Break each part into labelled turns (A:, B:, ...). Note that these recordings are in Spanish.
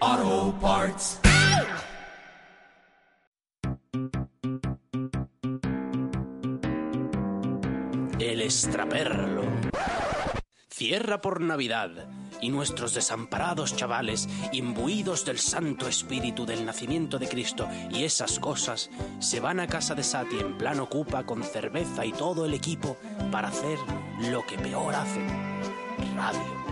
A: Auto Parts.
B: El extraperlo. Cierra por Navidad y nuestros desamparados chavales, imbuidos del Santo Espíritu del nacimiento de Cristo y esas cosas, se van a casa de Sati en plan ocupa con cerveza y todo el equipo para hacer lo que peor hacen, radio.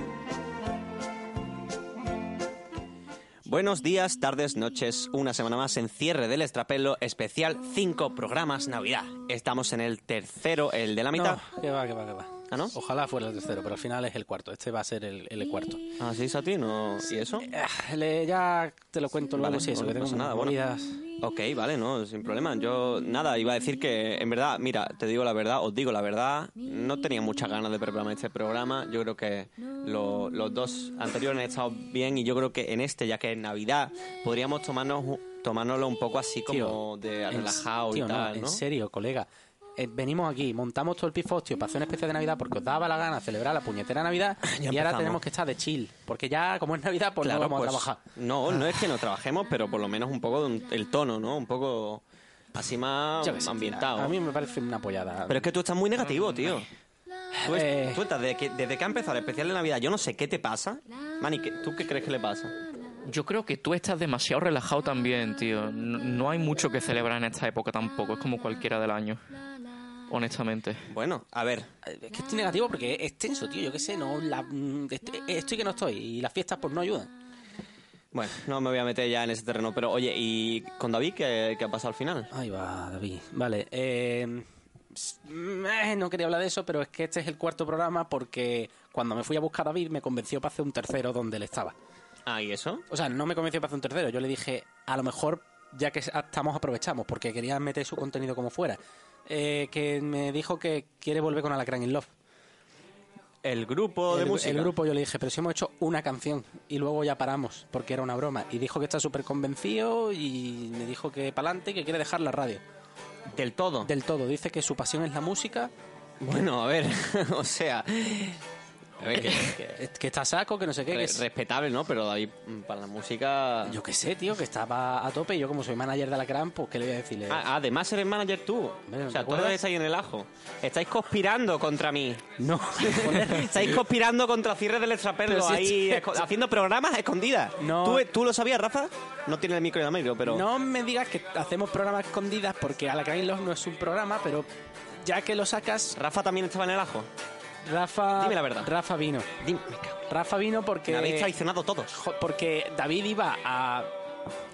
C: Buenos días, tardes, noches. Una semana más en cierre del Estrapelo especial 5 programas Navidad. Estamos en el tercero, el de la mitad.
D: No, que va, que va, que va.
C: ¿Ah, no?
D: Ojalá fuera el tercero, pero al final es el cuarto. Este va a ser el, el cuarto.
C: ¿Así es a ti? ¿Ah, ¿No? ¿Y eso?
D: Ah, le- ya te lo cuento luego,
C: Vale,
D: sí, eso,
C: no
D: que tengo
C: pasa nada, bueno.
D: movidas.
C: Ok, vale, no, sin problema. Yo, nada, iba a decir que, en verdad, mira, te digo la verdad, os digo la verdad, no tenía muchas ganas de preparar este programa. Yo creo que lo- los dos anteriores han estado bien y yo creo que en este, ya que es Navidad, podríamos tomarnos u- tomárnoslo un poco así como
D: Tío,
C: de
D: en-
C: relajado
D: tío,
C: y
D: no,
C: tal, ¿no?
D: En serio, colega. Eh, venimos aquí, montamos todo el pifostio para hacer una especie de Navidad porque os daba la gana celebrar la puñetera Navidad y ahora
C: empezamos.
D: tenemos que estar de chill. Porque ya, como es Navidad, pues no vamos
C: pues,
D: a trabajar. Ah.
C: No, no es que no trabajemos, pero por lo menos un poco un- el tono, ¿no? Un poco así más
D: Yo qué sé, tío,
C: ambientado.
D: A mí me parece una pollada.
C: Pero es que tú estás muy negativo, tío. Tú, es-
D: Eh.
C: tú estás, desde que, desde que ha empezado el especial de Navidad, yo no sé qué te pasa. Mani, ¿qué- ¿tú qué crees que le pasa?
E: Yo creo que tú estás demasiado relajado también, tío. No, no hay mucho que celebrar en esta época tampoco. Es como cualquiera del año. Honestamente.
C: Bueno, a ver,
D: Eh, Es que estoy negativo porque es tenso, tío. Yo qué sé, no. la- mm, est- estoy que no estoy y las fiestas pues no ayudan.
C: bueno, no me voy a meter ya en ese terreno, pero oye, ¿y con David qué, qué ha pasado al final?
D: Ahí va, David. Vale. eh, s- eh, no quería hablar de eso, pero es que este es el cuarto programa porque cuando me fui a buscar a David me convenció para hacer un tercero donde él estaba.
C: Ah, ¿y eso?
D: O sea, no me convenció para hacer un tercero. Yo le dije, a lo mejor ya que estamos aprovechamos porque quería meter su contenido como fuera. Eh, que me dijo que quiere volver con Alacrán in Love.
C: El grupo de
D: el,
C: música.
D: el grupo yo le dije, pero si hemos hecho una canción y luego ya paramos porque era una broma. Y dijo que está súper convencido y me dijo que para adelante que quiere dejar la radio.
C: Del todo.
D: Del todo, dice que su pasión es la música,
C: Bueno, a ver, o sea... A ver, que- que-
D: es- que está a saco, que no sé qué. que
C: Re-
D: es-
C: respetable, ¿no? Pero David, mm, para la música...
D: yo qué sé, tío, que estaba a tope. Y yo como soy manager de Alacrán, pues qué le voy a decirle.
C: Ah, además eres manager tú.
D: Hombre,
C: o sea,
D: ¿te
C: todos
D: acuerdas?
C: estáis en el ajo. Estáis conspirando contra mí.
D: No, joder.
C: Estáis conspirando contra cierres del extraperlo
D: Pero si
C: ahí
D: esto-
C: esco- haciendo programas a escondidas.
D: No.
C: ¿Tú, tú lo sabías, Rafa? No tiene el micro en la mano, pero...
D: No me digas que hacemos programas escondidas porque Alacrán y Love no es un programa, pero ya que lo sacas,
C: Rafa también estaba en el ajo.
D: Rafa.
C: Dime la verdad.
D: Rafa vino.
C: Dime, me cago.
D: Rafa vino porque.
C: Me habéis traicionado todos.
D: Jo- Porque David iba a.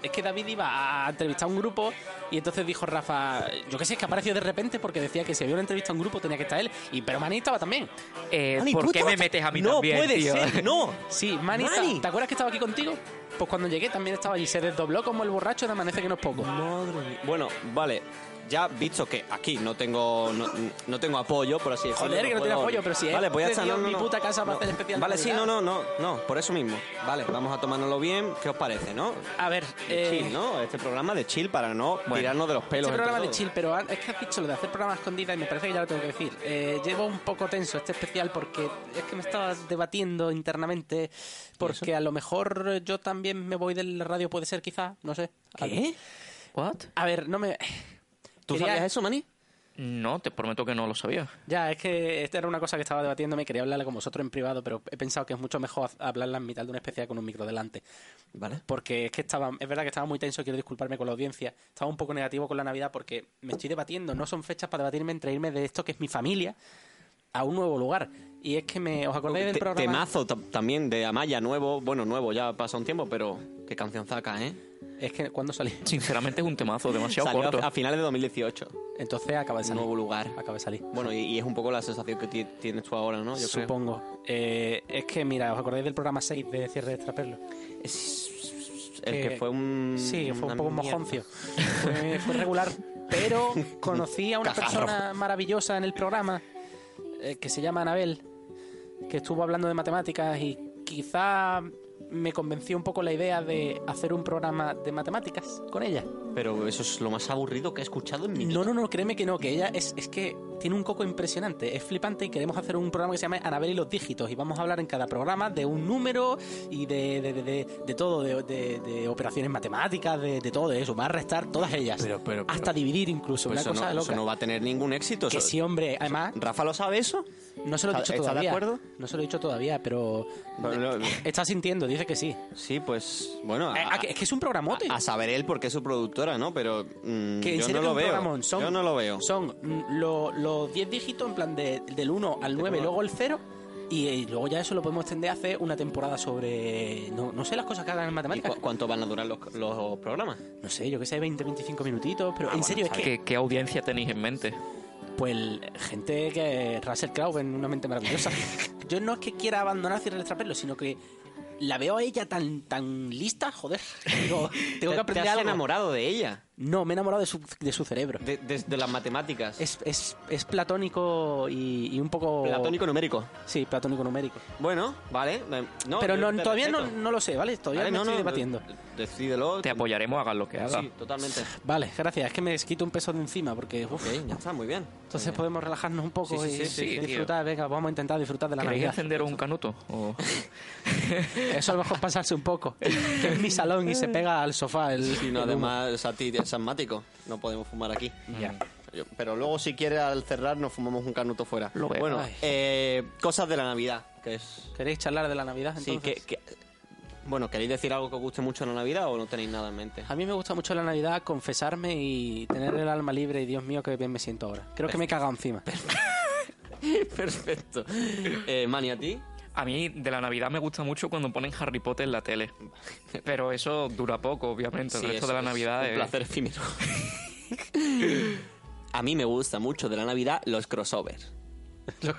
D: Es que David iba a entrevistar a un grupo y entonces dijo Rafa, yo qué sé, es que apareció de repente porque decía que si había una entrevista a un grupo tenía que estar él y pero Mani estaba también.
E: Eh,
C: Mani,
E: ¿Por
C: tú
E: qué
C: estabas-
E: me metes a mí
C: no
E: también,
C: puede
E: tío?
C: ser, no.
D: Sí, Mani,
C: Mani.
D: estaba- ¿te acuerdas que estaba aquí contigo? Pues cuando llegué también estaba allí, se desdobló como el borracho de amanece que no es poco.
C: Bueno, vale. Ya visto que aquí no tengo no, no tengo apoyo, por así decirlo.
D: Joder, que no tiene
C: puedo-
D: apoyo, pero si he
C: Vale, pues ya está.
D: cedido
C: No, no,
D: mi
C: no.
D: puta casa para
C: No.
D: hacer especial
C: Vale, sí,
D: Navidad.
C: no, no, no, no, por eso mismo. Vale, vamos a tomárnoslo bien. ¿Qué os parece, no?
D: A ver,
C: De
D: eh,
C: chill, ¿no? Este programa de chill para no tirarnos de los pelos.
D: Este
C: entre
D: programa de
C: todos.
D: chill, pero an- es que has dicho lo de hacer programas escondidas y me parece que ya lo tengo que decir. Eh, llevo un poco tenso este especial porque es que me estaba debatiendo internamente porque a lo mejor yo también me voy de la radio, puede ser quizá, no sé.
C: ¿Qué?
E: ¿What?
D: A ver, no me...
C: ¿Tú
D: quería-
C: sabías eso, Mani?
E: No, te prometo que no lo sabía.
D: Ya, es que esta era una cosa que estaba debatiéndome y quería hablarla con vosotros en privado, pero he pensado que es mucho mejor ha- hablarla en mitad de un especial con un micro delante.
C: Vale.
D: porque es que estaba, es verdad que estaba muy tenso, quiero disculparme con la audiencia, estaba un poco negativo con la Navidad porque me estoy debatiendo, no son fechas para debatirme entre irme de esto que es mi familia a un nuevo lugar. Y es que me, ¿os acordáis del
C: Te-
D: programa?
C: Temazo tam- también de Amaya, nuevo. Bueno, nuevo, ya pasa un tiempo, pero qué canción saca, ¿eh?
D: Es que cuando salí,
E: Sinceramente es un temazo, demasiado
C: Salió
E: corto.
C: a, a finales de 2018.
D: entonces acaba de salir.
C: Nuevo lugar.
D: Acaba de salir.
C: Bueno, y, y es un poco la sensación que ti- tienes tú ahora, ¿no? Yo creo.
D: Supongo. Eh, es que, mira, ¿os acordáis del programa 6 de Cierre de Extraperlo?
C: Es, El que fue un.
D: Sí, fue
C: una
D: un poco
C: mierda.
D: mojoncio. Fue, fue regular, pero conocí a una
C: Cajarro.
D: persona maravillosa en el programa eh, que se llama Anabel, que estuvo hablando de matemáticas y quizá me convenció un poco la idea de hacer un programa de matemáticas con ella.
C: Pero eso es lo más aburrido que he escuchado en mi vida.
D: No, no, no, créeme que no, que ella es, es que tiene un coco impresionante, es flipante y queremos hacer un programa que se llama Anabel y los dígitos y vamos a hablar en cada programa de un número y de, de, de- de- de todo, de, de- de operaciones matemáticas, de, de todo de eso, va a restar todas ellas,
C: Pero, pero, pero-
D: hasta dividir incluso,
C: Pues
D: una
C: eso,
D: cosa
C: no, eso
D: loca.
C: no va a tener ningún éxito.
D: que
C: eso-
D: sí, hombre, además,
C: ¿Rafa lo sabe eso?
D: no se lo he
C: ¿Está-
D: dicho
C: está de
D: todavía.
C: acuerdo?
D: No se lo he dicho todavía, pero
C: Pero lo-
D: está sintiendo, dice que sí.
C: Sí, pues bueno.
D: Eh,
C: a-
D: ah, que- es que es un programote.
C: a, a saber él porque es su productora, ¿no? Pero mm,
D: Que en
C: yo
D: serio
C: no
D: que
C: lo
D: un
C: veo.
D: programón. Son,
C: yo no lo veo.
D: Son mm, lo- los 10 dígitos en plan de- del 1 al 9, luego el 0. Y, eh, luego ya eso lo podemos extender a hacer una temporada sobre. No, no sé las cosas que hagan en
C: ¿Y
D: matemáticas.
C: cu- ¿Cuánto van a durar los, los programas?
D: No sé, yo que sé, 20, 25 minutitos. Pero en
C: Ah, bueno,
D: serio, es
C: está
D: que.
E: ¿Qué, qué audiencia tenéis en mente?
D: Pues gente que. Russell Crowe en una mente maravillosa. yo no es que quiera abandonar Cierre el Trapelo, sino que. La veo a ella tan, tan lista, joder. Digo, tengo que
C: Te-
D: aprender
C: te has
D: algo.
C: enamorado de ella,
D: No, me he enamorado de su, de su cerebro.
C: de, de- de las matemáticas.
D: Es, es, es platónico y, y un poco.
C: platónico numérico.
D: Sí, platónico numérico.
C: Bueno, vale. me- No,
D: Pero
C: yo
D: no,
C: te
D: todavía no,
C: respeto.
D: no lo sé, ¿vale? Todavía
C: Vale,
D: me
C: no,
D: estoy
C: no,
D: debatiendo.
C: Decídelo.
E: Te apoyaremos, hagas lo que hagas.
C: Sí, totalmente.
D: Vale, gracias. Es que me quito un peso de encima porque... uf,
C: Ok, ya está, muy bien.
D: entonces podemos relajarnos un poco
C: Sí, sí,
D: y
C: sí,
E: sí,
D: disfrutar. Venga, vamos a intentar disfrutar de la
E: ¿Queréis
D: Navidad.
E: encender un canuto? O-
D: Eso a lo mejor pasarse un poco. Que es mi salón y se pega al sofá el...
C: Sí, no,
D: el pues, humo.
C: además, a ti es asmático. No podemos fumar aquí.
D: Ya.
C: Yo- Pero luego, si quieres, al cerrar, nos fumamos un canuto fuera.
E: Lo veo.
C: Bueno,
D: Ay.
C: eh, cosas de la Navidad, que es...
D: ¿Queréis charlar de la Navidad
C: Sí, que,
D: entonces?
C: que- Bueno, ¿queréis decir algo que os guste mucho en la Navidad o no tenéis nada en mente?
D: A mí me gusta mucho la Navidad confesarme y tener el alma libre y Dios mío qué bien me siento ahora. Creo que me he cagado encima.
C: Perfecto. Eh, Mani, ¿a ti?
E: A mí de la Navidad me gusta mucho cuando ponen Harry Potter en la tele. Pero eso dura poco, obviamente. El
C: Sí,
E: resto
C: es-
E: de la
C: es
E: Navidad
C: un
E: es-
C: placer efímero. a mí me gusta mucho de la Navidad los crossovers.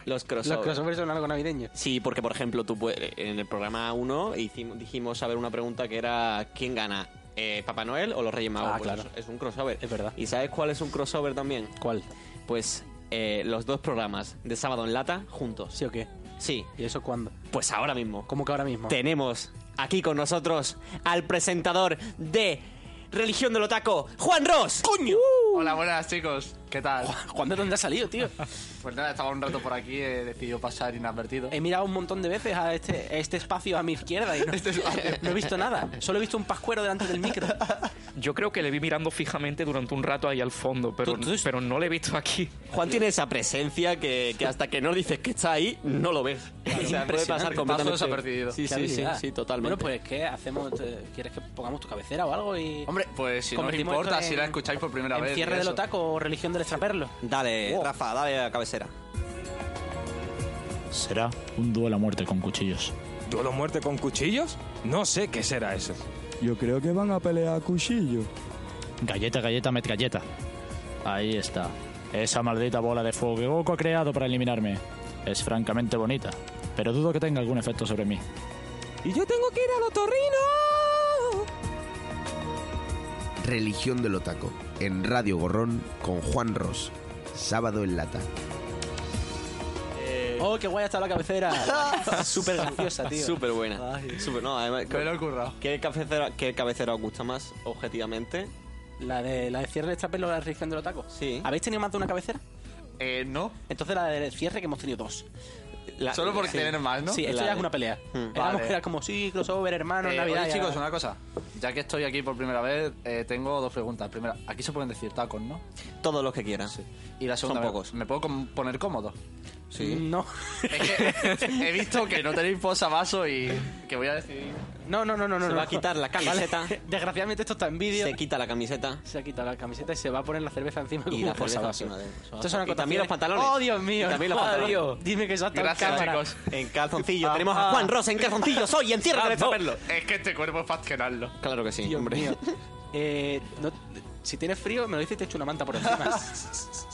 C: Los crossovers.
D: Los crossovers son algo navideño.
C: Sí, porque por ejemplo, tú puedes- en el programa 1 hicimos, dijimos a ver una pregunta que era ¿quién gana? Eh, ¿Papá Noel o los Reyes Magos?
D: Ah,
C: Pues
D: claro.
C: eso Es un crossover.
D: Es verdad.
C: ¿Y sabes cuál es un crossover también?
D: ¿Cuál?
C: Pues eh, los dos programas de Sábado en Lata juntos.
D: ¿Sí o qué?
C: Sí,
D: ¿Y eso cuándo?
C: pues ahora mismo.
D: ¿Cómo que ahora mismo?
C: Tenemos aquí con nosotros al presentador de Religión del Otaco, Juan Uh. Ross. ¡Coño!
F: Hola, buenas chicos, ¿qué tal?
D: ¿Cuándo dónde ha salido, tío?
F: Pues nada, estaba un rato por aquí, he decidido pasar inadvertido.
D: He mirado un montón de veces a este, a este espacio a mi izquierda y no,
F: Este
D: no he visto nada. Solo he visto un pascuero delante del micro.
E: Yo creo que le vi mirando fijamente durante un rato ahí al fondo, pero,
D: Tú- tú-
E: pero no le he visto aquí.
C: Juan tiene esa presencia que, que hasta que no dices que está ahí, no lo ves. O sea, puede pasar
D: Impresionante.
C: completamente
F: Paso desapercibido.
C: Sí,
D: Qué
C: sí, sí,
D: habilidad.
C: sí, totalmente.
D: Bueno, pues, ¿qué hacemos? Eh, ¿Quieres que pongamos tu cabecera o algo? Y
F: Hombre, pues si no os
D: Convertimos
F: importa,
D: esto
F: si la
D: en-
F: escucháis por primera vez. y
D: en cierre del
F: eso.
D: otaco o religión del extraperlo.
C: Dale, Rafa, dale a la cabecera.
G: Será un duelo a muerte con cuchillos.
H: ¿Duelo a muerte con cuchillos? No sé qué será eso.
I: Yo creo que van a pelear a cuchillo.
G: Galleta, galleta, met galleta. Ahí está. Esa maldita bola de fuego que Goku ha creado para eliminarme. Es francamente bonita, pero dudo que tenga algún efecto sobre mí.
H: Y yo tengo que ir al otorrino.
J: Religión del Otaco, en Radio Gorrón con Juan Ross. Sábado en lata.
F: Eh.
D: ¡Oh, qué guay está la cabecera! Súper graciosa, tío.
C: Súper buena. Súper, no, además,
F: Me lo he currado.
C: ¿qué cabecera, ¿qué cabecera os gusta más objetivamente?
D: La de, la de cierre del extraperlo o la religión del otaco.
C: Sí.
D: ¿Habéis tenido más de una cabecera?
F: Eh, no,
D: Entonces la del cierre que hemos tenido dos.
C: La-
F: solo por
C: sí.
F: tener más, ¿no? Hmm.
D: Sí, esto
C: La
D: ya
C: de-
D: es una pelea. Éramos-
F: Vale.
D: Era como, sí, crossover, hermano,
F: Eh,
D: Navidad.
F: oye,
D: ya-
F: chicos, una cosa. Ya que estoy aquí por primera vez, eh, tengo dos preguntas. Primera, aquí se pueden decir tacos, ¿no?
C: Todos los que quieran.
F: Y la segunda,
C: Son
F: me-
C: pocos.
F: ¿me puedo com- poner cómodo?
C: Sí.
D: Mm, No.
F: Es que he visto que no tenéis posavasos y que voy a decidir.
D: No, no, no, no, no.
C: Se
D: no.
C: va a quitar la camiseta.
D: Vale. Desgraciadamente esto está en vídeo.
C: Se quita la camiseta.
D: Se ha quitado la camiseta y se va a poner la cerveza encima
C: Y
D: como
C: la
D: un posavasos.
C: cerveza encima de-
D: Esto es una
C: Y también
D: acotación.
C: los pantalones.
D: ¡Oh, Dios mío!
C: Y también los
D: ¡Oh,
C: pantalones.
D: Dios! Dime que eso está en
F: Gracias,
D: cámara.
F: chicos.
C: En calzoncillo.
D: Ah,
C: Tenemos
D: ah.
C: a Juan Ross en calzoncillos hoy en Tierra
F: Ah,
C: de
F: no,
C: Zaperlo.
F: Es que este cuerpo es para estrenarlo.
C: Claro que sí,
D: Dios
C: hombre.
D: mío. Eh, no- si tienes frío, me lo dices y te echo una manta por encima.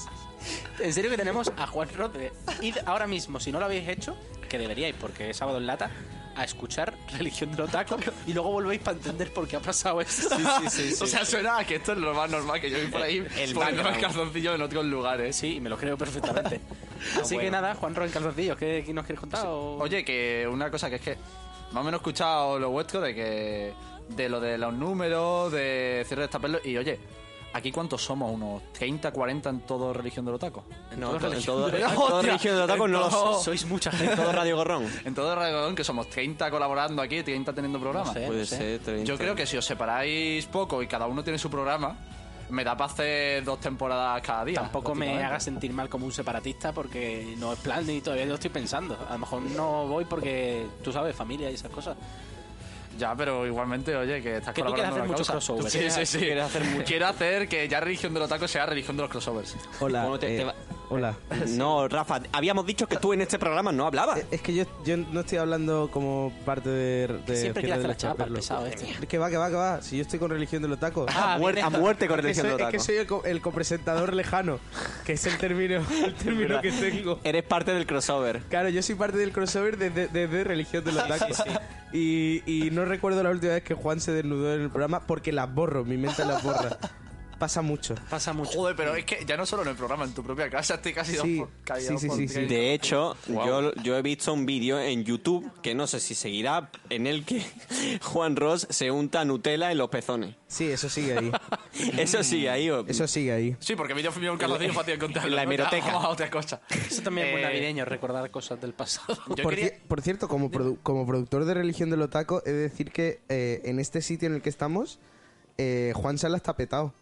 D: en serio que tenemos a Juan Roth. Id ahora mismo, si no lo habéis hecho, que deberíais porque es sábado en lata, a escuchar Religión del Otaku y luego volvéis para entender por qué ha pasado eso.
F: O sea, suena a que esto es lo más normal que yo vi por ahí
D: El
F: poniéndome
D: background.
F: calzoncillos en otros lugares.
D: Sí, y me lo creo perfectamente. Así que nada, Juan en calzoncillos, ¿qué, qué nos quieres contar? o-
F: Ah, Oye, que una cosa que es que más o menos he escuchado lo vuestro de que de lo de los números, de cierre de tapelos y oye, aquí cuántos somos, unos 30, 40 en todo religión del otaco.
C: No, en todo- en todo- en todo religión del otaco no lo sé.
F: sois
D: mucha
C: En todo Radio Gorrón.
F: En todo Radio Gorrón que somos 30 colaborando aquí, 30 teniendo programa.
C: No sé, Puede no sé. ser, 30.
F: Yo creo que si os separáis poco y cada uno tiene su programa, me da para hacer dos temporadas cada día.
D: Tampoco me
F: prácticamente.
D: haga sentir mal como un separatista porque no es plan y todavía lo estoy pensando. A lo mejor no voy porque tú sabes, familia y esas cosas.
F: Ya, pero igualmente, oye, que estás
D: Que tú
F: colaborando
D: quieres hacer
F: en la
D: muchos
F: causa.
D: crossovers.
F: Sí, sí, sí.
D: Quieres hacer mucho.
F: Quiero hacer que ya religión de los tacos sea religión de los crossovers.
K: Hola.
C: Bueno, te-
K: eh,
C: te va-
K: hola.
C: No, Rafa, habíamos dicho que tú en este programa no hablabas.
K: Eh, Es que yo, yo no estoy hablando como parte de. de
C: Siempre quiere
K: Fiesta
C: hacer
K: de
C: la
K: los
C: chapa, el
K: Chaperlos.
C: pesado este.
K: Es Que va, que va, que va. Si yo estoy con religión de los tacos.
C: Ah, A muerte- viene- a muerte con
K: Es que
C: Religión de
K: soy-
C: los
K: Es que
C: Tacos.
K: soy el, co- el copresentador lejano, que es el término, el término que tengo.
C: Eres parte del crossover.
K: Claro, yo soy parte del crossover desde desde religión de los tacos. Y, y no recuerdo la última vez que Juan se desnudó en el programa porque las borro, mi mente las borra. Pasa mucho.
D: Pasa mucho.
F: Joder, pero es que ya no solo en el programa, en tu propia casa estoy casi dos
K: Sí,
F: por caído
K: sí, sí,
F: por
K: sí,
F: diez.
C: De hecho, yo, yo he visto un vídeo en YouTube que no sé si seguirá, en el que Juan Ross se unta Nutella en los pezones.
K: Sí, eso sigue ahí.
C: Eso sigue ahí. o-
K: Eso sigue ahí.
F: Sí, porque yo fui a un calzoncillo
C: En la-
F: fácil de contarlo.
C: en la
F: ¿no? Ya,
C: hemeroteca.
F: Vamos a otra cosa. Eso
D: también es muy navideño, recordar cosas del pasado.
F: Yo
K: por,
F: quería...
K: ci- por cierto, como, produ- como productor de Religión del Otaco, he de decir que eh, en este sitio en el que estamos, eh, Juan Sala está petado.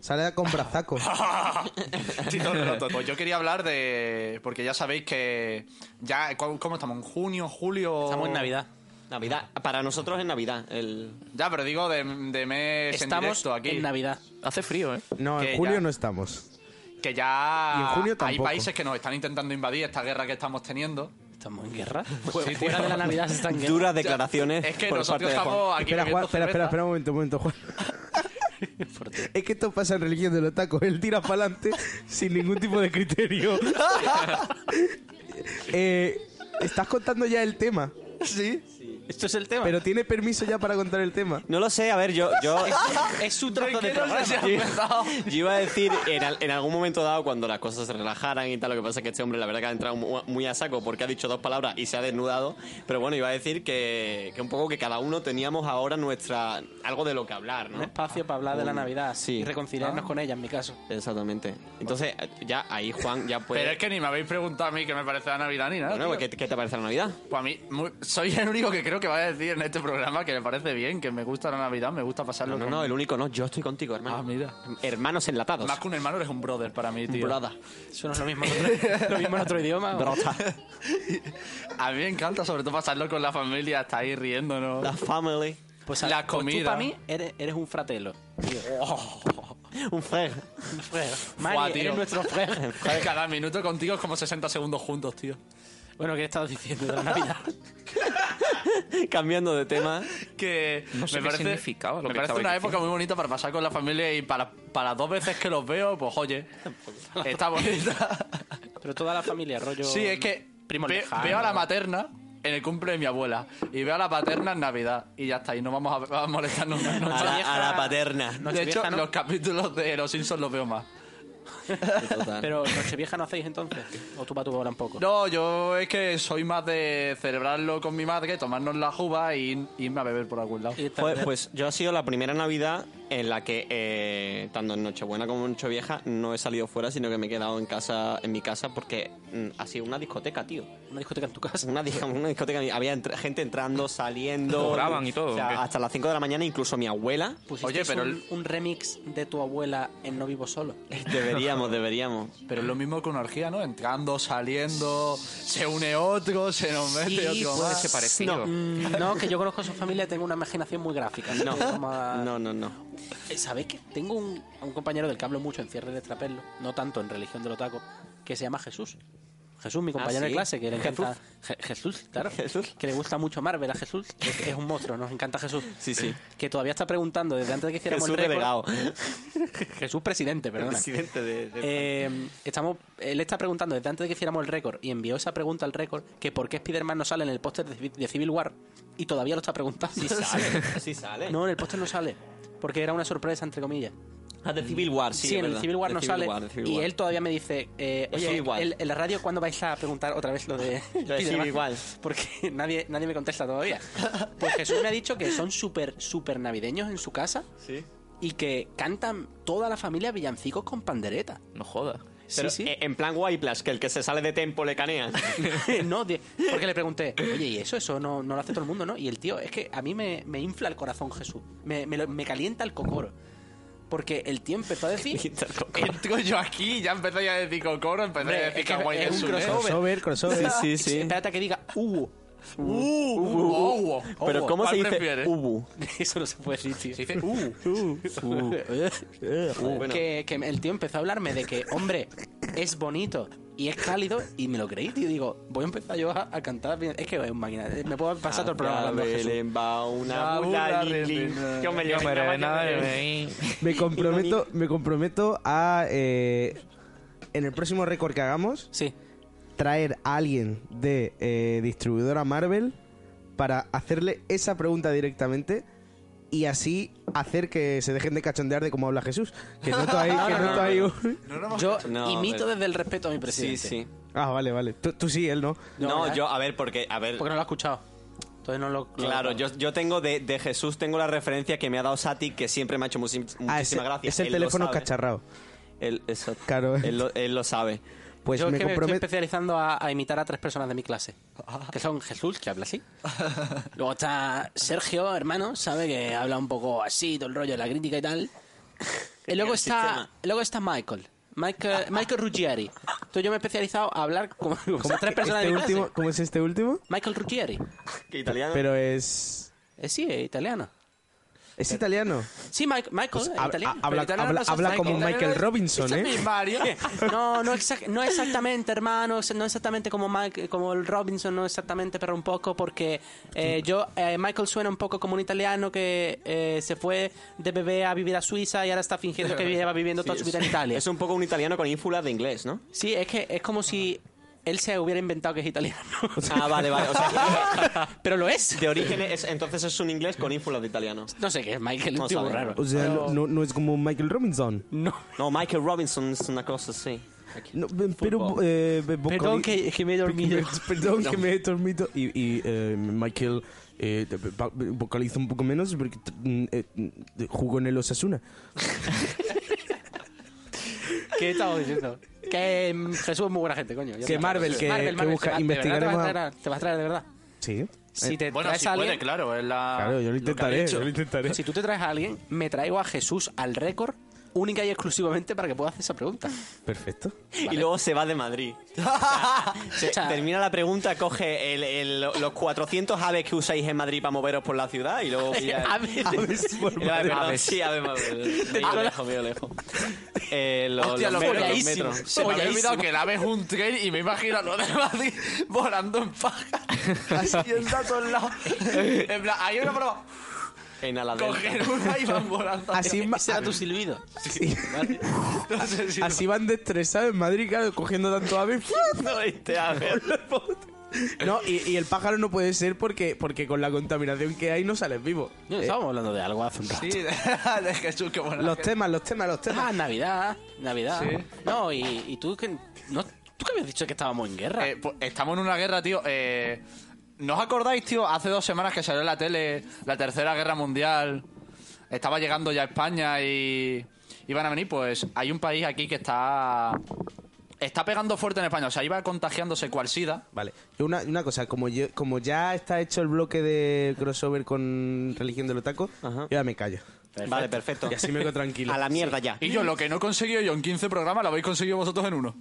K: Sale con brazaco.
F: Sí, todo el rato. Pues yo quería hablar de... Porque ya sabéis que... ya ¿cu- ¿Cómo estamos? ¿En junio, julio?
C: Estamos en Navidad. Navidad. Para nosotros es Navidad. El...
F: Ya, pero digo de, de mes en directo aquí.
E: Hace frío, ¿eh?
K: No,
F: Que
K: en julio
F: ya-
K: no estamos.
F: Que ya
K: Y en junio
F: hay
K: tampoco.
F: países que nos están intentando invadir esta guerra que estamos teniendo.
D: ¿Estamos en guerra?
F: Sí,
D: Pues Fuera
F: tío.
D: de la Navidad se están guerra.
C: Duras declaraciones
F: Es que
C: por
F: nosotros
C: parte de Juan.
F: estamos aquí
K: espera, Juan,
F: bebiendo
K: espera, espera,
F: cerveza.
K: espera un momento, un momento, Juan. es que esto pasa en Religión del Otaco. Él tira para adelante sin ningún tipo de criterio. Eh, Estás contando ya el tema.
F: Sí.
D: Esto es el tema.
K: Pero tiene permiso ya para contar el tema.
C: No lo sé, a ver, yo... yo...
D: es su trozo de
F: quiero
D: programa.
F: ser-
C: Yo, yo iba a decir, en, al- en algún momento dado, cuando las cosas se relajaran y tal, lo que pasa es que este hombre, la verdad, que ha entrado mu- muy, a saco porque ha dicho dos palabras y se ha desnudado. Pero bueno, iba a decir que, que un poco que cada uno teníamos ahora nuestra algo de lo que hablar,
D: Un
C: ¿no?
D: espacio para hablar de la Navidad
C: Sí.
D: y
F: Ah.
D: reconciliarnos con ella, en mi caso.
C: Exactamente. Entonces, ya ahí Juan ya puede.
F: Pero es que ni me habéis preguntado a mí qué me parece la Navidad ni nada.
C: Bueno,
F: tío.
C: ¿qué, qué te parece la Navidad?
F: Pues a mí muy- soy el único que creo que va a decir en este programa que me parece bien, que me gusta la Navidad, me gusta pasarlo
C: No, no,
F: con-
C: no, el único no, yo estoy contigo, hermano.
F: Ah, mira.
C: Hermanos enlatados.
F: Más que un hermano eres un brother para mí, tío.
C: Brother.
D: Eso no es lo mismo, en otro- lo mismo en otro idioma. ¿o?
C: Brother.
F: A mí me encanta sobre todo pasarlo con la familia, estar ahí riéndonos.
C: La family.
D: Pues,
F: la
D: Pues tú
F: comida.
D: para mí eres, eres un fratelo. tío.
C: Un freg.
D: Un frère.
F: Buah,
D: Mari,
F: tío.
D: eres nuestro frère.
F: Cada minuto contigo es como 60 segundos juntos, tío.
D: Bueno, ¿qué estabas diciendo de la Navidad?
C: Cambiando de tema.
F: que
E: No sé
F: me
E: qué
F: parece,
E: significaba
F: me
E: lo que
F: parece
E: estabais
F: una época muy bonita para pasar con la familia y para, para dos veces que los veo, pues oye, está bonita.
D: Pero toda la familia, rollo...
F: sí, es que
D: Primo
F: ve-
D: lejano.
F: veo a la materna en el cumple de mi abuela y veo a la paterna en Navidad y ya está, y no vamos a, a molestarnos más.
C: A la, a la paterna.
F: de hecho,
D: Nochevieja, ¿no?
F: los capítulos de Los Simpsons los veo más.
C: Total.
D: Pero Nochevieja no hacéis entonces. O tú para tu bola un poco.
F: No, yo es que soy más de celebrarlo con mi madre, tomarnos la juba y irme a beber por algún lado.
D: Y
C: Pues,
D: tal-
C: pues yo ha sido la primera Navidad en la que, eh, tanto en Nochebuena como en Nochevieja, no he salido fuera, sino que me he quedado en casa, en mi casa, porque mm, ha sido una discotecoteca, tío.
D: Una discoteca en tu casa.
C: Una, dis- una discoteca, había entr- gente entrando, saliendo.
E: Cobraban y todo,
C: O
E: ¿o qué?
C: sea, hasta las 5 de la mañana, incluso mi abuela.
D: Oye, pero un, un remix de tu abuela en No Vivo Solo.
C: pues, Deberíamos, deberíamos.
F: Pero es lo mismo que una orgía, ¿no? Entrando, saliendo, se une otro, se nos mete otro
E: puede
F: más.
E: ser parecido.
D: Mm, No, que yo conozco a su familia y tengo una imaginación muy gráfica. así
C: No,
D: que vamos a-
C: no, no, no.
D: Eh, ¿Sabéis que tengo un, a un compañero del que hablo mucho en cierre de trapelo? No tanto en religión del otaco, que se llama Jesús. Jesús, mi compañero
K: ¿Ah,
D: de
K: sí?
D: clase, que le encanta.
K: Jesús.
D: Je- Jesús, claro. Que le gusta mucho Marvel a Jesús. Es, es un monstruo, nos encanta Jesús.
C: Sí, sí.
D: Que todavía está preguntando desde antes de que hiciéramos
C: Jesús
D: el
C: delegado.
D: récord. Jesús presidente, perdón.
C: Presidente de- de-
D: Eh, estamos, él está preguntando desde antes de que hiciéramos el récord y envió esa pregunta al récord que por qué Spider-Man no sale en el póster de, de Civil War y todavía lo está preguntando.
C: Sí sale, sí sale.
D: No, en el póster no sale. Porque era una sorpresa, entre comillas.
C: Ah, de Civil War, sí,
D: Sí,
C: es
D: en el
C: verdad.
D: Civil War
C: De
D: no
C: Civil
D: sale.
C: War, de Civil
D: y
C: War.
D: él todavía me dice, eh,
C: De
D: oye,
C: Civil War.
D: el- en la radio, ¿cuándo vais a preguntar otra vez lo de Spider-Man?"
C: Civil War.
D: Porque nadie, nadie me contesta todavía. Pues Jesús me ha dicho que son súper, súper navideños en su casa.
C: Sí.
D: Y que cantan toda la familia villancicos con pandereta.
E: No jodas.
D: Sí,
C: Pero,
D: sí.
C: eh, En plan Whiplash, que el que se sale de tempo le canean.
D: no, de- porque le pregunté, oye, ¿y eso? Eso no, no lo hace todo el mundo, ¿no? Y el tío, es que a mí me, me infla el corazón Jesús. Me, me lo- me calienta el cocoro. Porque el tío empezó a decir...
F: Entro yo aquí y ya empecé a decir cocoro, empecé
D: Hombre,
F: a
D: es
F: decir
D: que
F: kawaii
D: es
F: del
D: un
F: sur, ¿eh?
K: crossover, crossover.
C: Sí, sí, sí.
D: Espérate a que diga Hugo.
F: Uh,
C: Ubu. Pero ¿cómo se dice Ubu?
D: Eso no se puede decir, tío.
F: Se dice uh.
C: Bueno.
D: que, que el tío empezó a hablarme de que, hombre, es bonito y es cálido y me lo creí, tío. Digo, voy a empezar yo a, a cantar. bien. Es que es un máquina. eh, Me puedo pasar todo el programa
C: Ah, Ya
D: hablando de Jesús.
C: Belén va una
D: La
C: bula,
D: bula
C: lin, lin.
D: revenada.
C: Yo me
D: Yo
C: leo
D: me revenada, yo
K: Me comprometo, me comprometo a eh, en el próximo récord que hagamos, traer a alguien de eh, distribuidora Marvel para hacerle esa pregunta directamente y así hacer que se dejen de cachondear de cómo habla Jesús. Que noto ahí, que noto ahí un-
D: Yo
C: No,
D: imito
C: pero-
D: desde el respeto a mi presidente.
C: Sí, sí.
K: Ah, vale, vale. Tú, tú sí, él no. Ah,
C: No,
D: ¿verdad?
C: yo, a ver, porque, a ver,
D: Porque no lo ha escuchado. Entonces no lo.
C: claro,
D: lo-
C: yo, yo tengo de, de Jesús, tengo la referencia que me ha dado Sati, que siempre me ha hecho musi- muchísima
K: Ah, es,
C: gracia.
K: es el
C: Él lo
K: teléfono
C: sabe.
K: cacharrado.
C: Él, eso-
K: Claro.
C: él, lo, él lo sabe.
K: Pues
D: Yo es
K: me
D: que me estoy
K: comprometo.
D: especializando a, a imitar a tres personas de mi clase.
K: Ah.
D: Que son Jesús, que habla así. Luego está Sergio, hermano, sabe que habla un poco así, todo el rollo de la crítica y tal. Y luego
C: El
D: está,
C: sistema.
D: luego está Michael. Michael, Michael Ruggieri. Entonces yo me he especializado a hablar como, como
K: ¿Cómo,
D: tres
K: que
D: personas de
K: este
D: mi clase.
K: último, ¿Cómo es este último?
D: Michael Ruggieri.
C: Que
D: Ah.
C: italiano.
K: Pero es.
D: Eh, sí, es italiano.
K: Es italiano.
D: Sí, Mike- Michael,
K: Pues
D: es
K: hab-
D: italiano.
K: ha- habla-
D: Pero italiano
K: habla-
D: no se
K: habla
D: sabe.
K: como
D: Italiano
K: Michael
D: es-
K: Robinson, ¿eh?
D: No, no, exac- no exactamente, hermano. No exactamente como Mike, eh, como el Robinson, no exactamente, pero un poco porque eh, yo eh, Michael suena un poco como un italiano que eh, se fue de bebé a vivir a Suiza y ahora está fingiendo que lleva viviendo toda su vida en Italia.
C: Es un poco un italiano con ínfulas de inglés, ¿no?
D: Sí, es que es como si él se hubiera inventado que es italiano.
C: Ah, vale, vale. O sea,
D: pero lo es.
C: de origen es, entonces es un inglés con ínfulas de italiano.
D: No sé qué es Michael,
C: No
D: un tipo
C: sabe.
D: raro.
K: O sea,
D: Pero-
K: no, no es como Michael Robinson.
D: no.
C: No, Michael Robinson es una cosa así.
K: No, pe- pero.
C: Fútbol.
K: eh, be-
D: Perdón
K: vocali-
D: que, que me he dormido.
K: Perdón que me he dormido. Y, y, eh, Michael eh, te- va- vocaliza un poco menos porque mm, eh, mm, jugó en el Osasuna.
D: ¿Qué estamos diciendo? Que mm, Jesús es muy buena gente, coño. Ya
K: Que
D: está.
K: Marvel, que- que busca-
D: te va- de verdad
K: investigaremos
D: Te vas, a traer, a- te vas a traer de verdad.
K: Sí.
D: Si te
F: Bueno,
D: traes
F: si
D: a alguien,
F: puede, claro, es la...
K: Ah, Claro, yo lo
F: que ha
K: intentaré.
F: dicho.
K: Yo lo intentaré.
D: si tú te traes a alguien, me traigo a Jesús al récord única y exclusivamente para que pueda hacer esa pregunta.
K: Perfecto.
C: Y luego se va de Madrid. O sea, se-
D: O sea-
C: termina la pregunta, coge el- el- los 400 aves que usáis en Madrid para moveros por la ciudad y luego... pilla-
D: Aves.
K: Aves por
C: Eh, vale,
K: Madrid.
C: perdón, Sí, aves Madrid. Medio lejos, medio lejos. Eh, los,
F: Hostia,
C: los
F: lo
C: metros, los
F: folladísimo.
C: metros.
F: Se me había
D: Folladísimo.
F: olvidado que el ave es un tren y me imagino a los de Madrid volando en paja. Así en a todos lados. En plan, hay una prueba.
C: En
F: Coger
C: Aladelta.
F: una y van volando.
K: Así, ma-
D: Ese era tu silbido.
F: No sé si-
K: así van destresados en Madrid, claro, cogiendo tanto ave.
C: No viste aves.
K: No, y, y el pájaro no puede ser porque, porque con la contaminación que hay no sales vivo.
D: No, estábamos hablando de algo hace un rato.
F: Sí, de, de Jesús, qué buena
K: Los
F: gente.
K: temas, los temas, los temas.
D: Ah, Navidad, Navidad.
F: Sí.
D: No, y, y tú que no, tú que habías dicho que estábamos en guerra.
F: Eh, pues, estamos en una guerra, tío. Eh, ¿No os acordáis, tío? Hace dos semanas que salió en la tele la Tercera Guerra Mundial. Estaba llegando ya a España y iban a venir. Pues hay un país aquí que está... Está pegando fuerte en España. O sea, iba contagiándose cual SIDA.
K: Vale, yo una, una cosa, como yo, como ya está hecho el bloque de crossover con Religión de los Tacos,
C: Ajá.
K: yo ya me callo.
C: Vale, perfecto.
K: Y así me quedo tranquilo.
C: A la mierda ya.
F: Y yo, lo que no he conseguido yo en 15 programas, lo habéis conseguido vosotros en uno.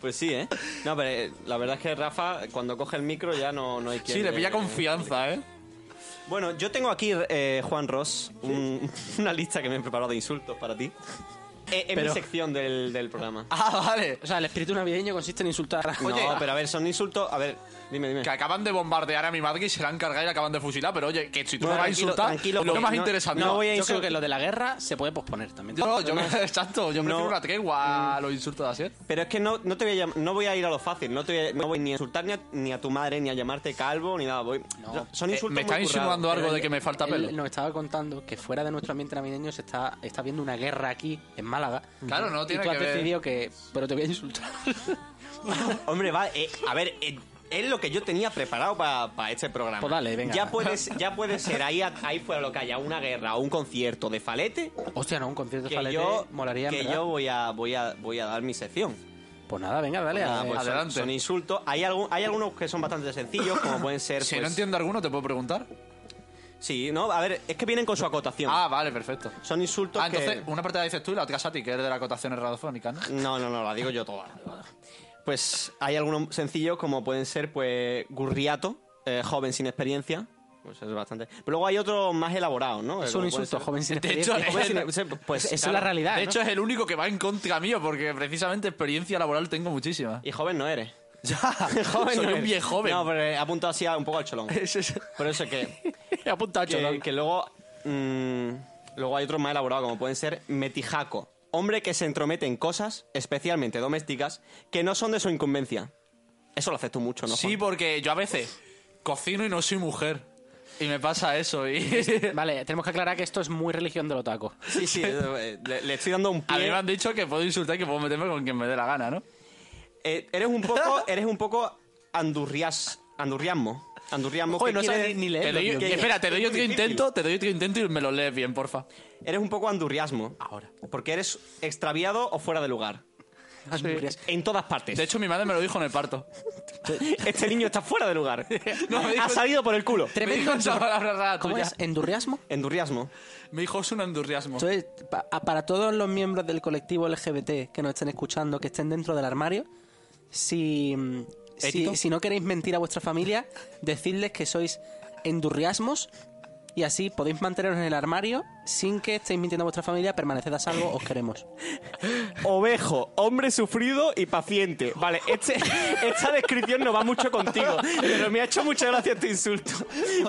C: Pues sí, ¿eh? No, pero eh, la verdad es que Rafa, cuando coge el micro ya no, no hay quien...
F: Sí, le pilla
C: eh,
F: confianza, ¿eh?
C: Bueno, yo tengo aquí, eh, Juan Ross, un- una lista que me he preparado de insultos para ti. Es es mi
D: Pero-
C: sección del, del programa.
D: Ah, vale. O sea, el espíritu navideño consiste en insultar a...
C: Oye, Ah, no, pero a ver, son insultos. A ver, dime, dime.
F: Que acaban de bombardear a mi madre y se la han cargado y la acaban de fusilar, pero oye, que si tú
C: No,
F: me vas a
C: tranquilo,
F: insultar,
C: tranquilo,
F: lo
C: porque
F: más
C: no-
F: interesante.
C: no voy a Yo creo insult-
D: que lo de la guerra se puede posponer también.
F: No, no, yo me exacto, yo me
C: No.
F: refiero una tregua a los insultos de hacer.
C: Pero es que no, no te voy a llam- no voy a ir a lo fácil, no te voy a, no voy ni a insultar ni a, ni a tu madre, ni a llamarte calvo, ni nada. Voy, son insultos muy currados. Pero yo-
D: Él nos estaba contando que fuera de nuestro ambiente navideño se está, está viendo una guerra aquí, en Málaga.
C: Claro, no tiene
D: y tú
C: que
D: has
C: ver.
D: decidido que... Pero te voy a insultar.
C: Hombre, va, eh, a ver, eh, es lo que yo tenía preparado para este programa.
D: Pues dale, venga.
C: Ya puede, ser- ya puede ser, ahí, a- ahí fuera lo que haya, una guerra o un concierto de falete.
D: Hostia, no, un concierto
C: que
D: falete
C: yo,
D: molaría, en
C: Que
D: verdad.
C: yo voy a, voy, a, voy a dar mi sección.
D: Pues nada, venga, dale,
C: Nada,
D: a-
C: pues son-
D: adelante.
C: Son, insultos. Hay, algún- hay algunos que son bastante sencillos, como pueden ser.
F: Si
C: pues-
F: no entiendo alguno, te puedo preguntar.
C: Sí, no, a ver, es que vienen con su acotación.
F: Ah, vale, perfecto.
C: Son insultos
F: Ah, entonces,
C: que.
F: una parte la dices tú y la otra es a ti, que eres de la acotación radiofónica, ¿no?
C: No, no, no, la digo yo toda. Pues hay algunos sencillos como pueden ser, pues, Gurriato, eh, joven sin experiencia. Pues es bastante. Pero luego hay otros más elaborados, ¿no?
D: Es
C: Como
D: un
C: pueden
D: insulto,
C: ser-
D: joven sin
F: De hecho,
D: experiencia.
F: es-
C: pues,
D: Esa es
C: claro.
D: la realidad,
F: De
D: ¿no?
F: hecho, es el único que va en contra mío, porque precisamente experiencia laboral tengo muchísima.
C: Y joven no eres.
F: Ya,
C: joven
F: soy
C: no
F: un
C: eres.
F: viejo joven.
C: No, pero he apuntado así a- un poco al cholón. Por eso es que.
F: he apuntado
C: que- Que luego. mm, luego hay otros más elaborados, como pueden ser Metijaco. Hombre que se entromete en cosas, especialmente domésticas, que no son de su incumbencia. Eso lo haces tú mucho, ¿no?
F: Sí, porque yo a veces cocino y no soy mujer. Y me pasa eso. Y...
D: vale, tenemos que aclarar que esto es muy religión del otaco.
C: Sí, sí, eh, le, le estoy dando un pie.
F: A mí me han dicho que puedo insultar y que puedo meterme con quien me dé la gana, ¿no?
C: Eh, eres un poco, eres un poco andurrias, andurriasmo. Andurriasmo.
F: Joder,
C: que
F: no
C: quiere-
F: sabes ni leer.
C: que- que-
F: Espera, te doy
C: es
F: otro
C: muy difícil.
F: intento, te doy otro intento y me lo lees bien, porfa.
C: Eres un poco andurriasmo. Ahora. Porque eres extraviado o fuera de lugar.
F: Andurrias-
C: En todas partes.
F: De hecho, mi madre me lo dijo en el parto.
C: Este niño está fuera de lugar.
F: No, me dijo-
C: ha salido por el culo.
F: Me dijo esa palabra rara
D: ¿Cómo
F: tuya.
D: es? ¿Endurriasmo?
C: Endurriasmo.
F: Me dijo es un endurriasmo.
D: Entonces, pa- a- para todos los miembros del colectivo LGBT que nos estén escuchando, que estén dentro del armario, si, mm, si,
F: ¿Ético?
D: si no queréis mentir a vuestra familia, decidles que sois endurriasmos y así podéis manteneros en el armario sin que estéis mintiendo a vuestra familia, permaneced a salvo, os queremos.
C: Ovejo, hombre sufrido y paciente. Vale, este- esta descripción no va mucho contigo, pero me ha hecho mucha gracia este insulto.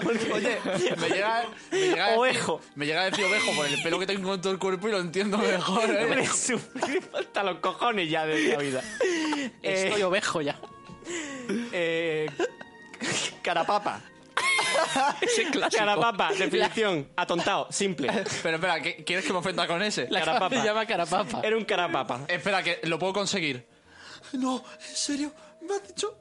C: Porque-
F: Oye, me ¿eh? llega, me llega a decir-
C: Ovejo.
F: me llega a decir ovejo por el pelo que tengo en todo el cuerpo y lo entiendo mejor. ¿eh?
C: Hombre sufrido hasta los cojones ya de la vida.
D: Estoy ovejo ya.
C: Eh, carapapa.
F: Ese clásico.
C: Carapapa, definición. Atontado, simple.
F: Pero espera, ¿qué- ¿quieres que me ofenda con ese?
C: La carapapa.
D: Se llama carapapa.
C: Era un carapapa.
F: Espera, que lo puedo conseguir. No, en serio, me has dicho.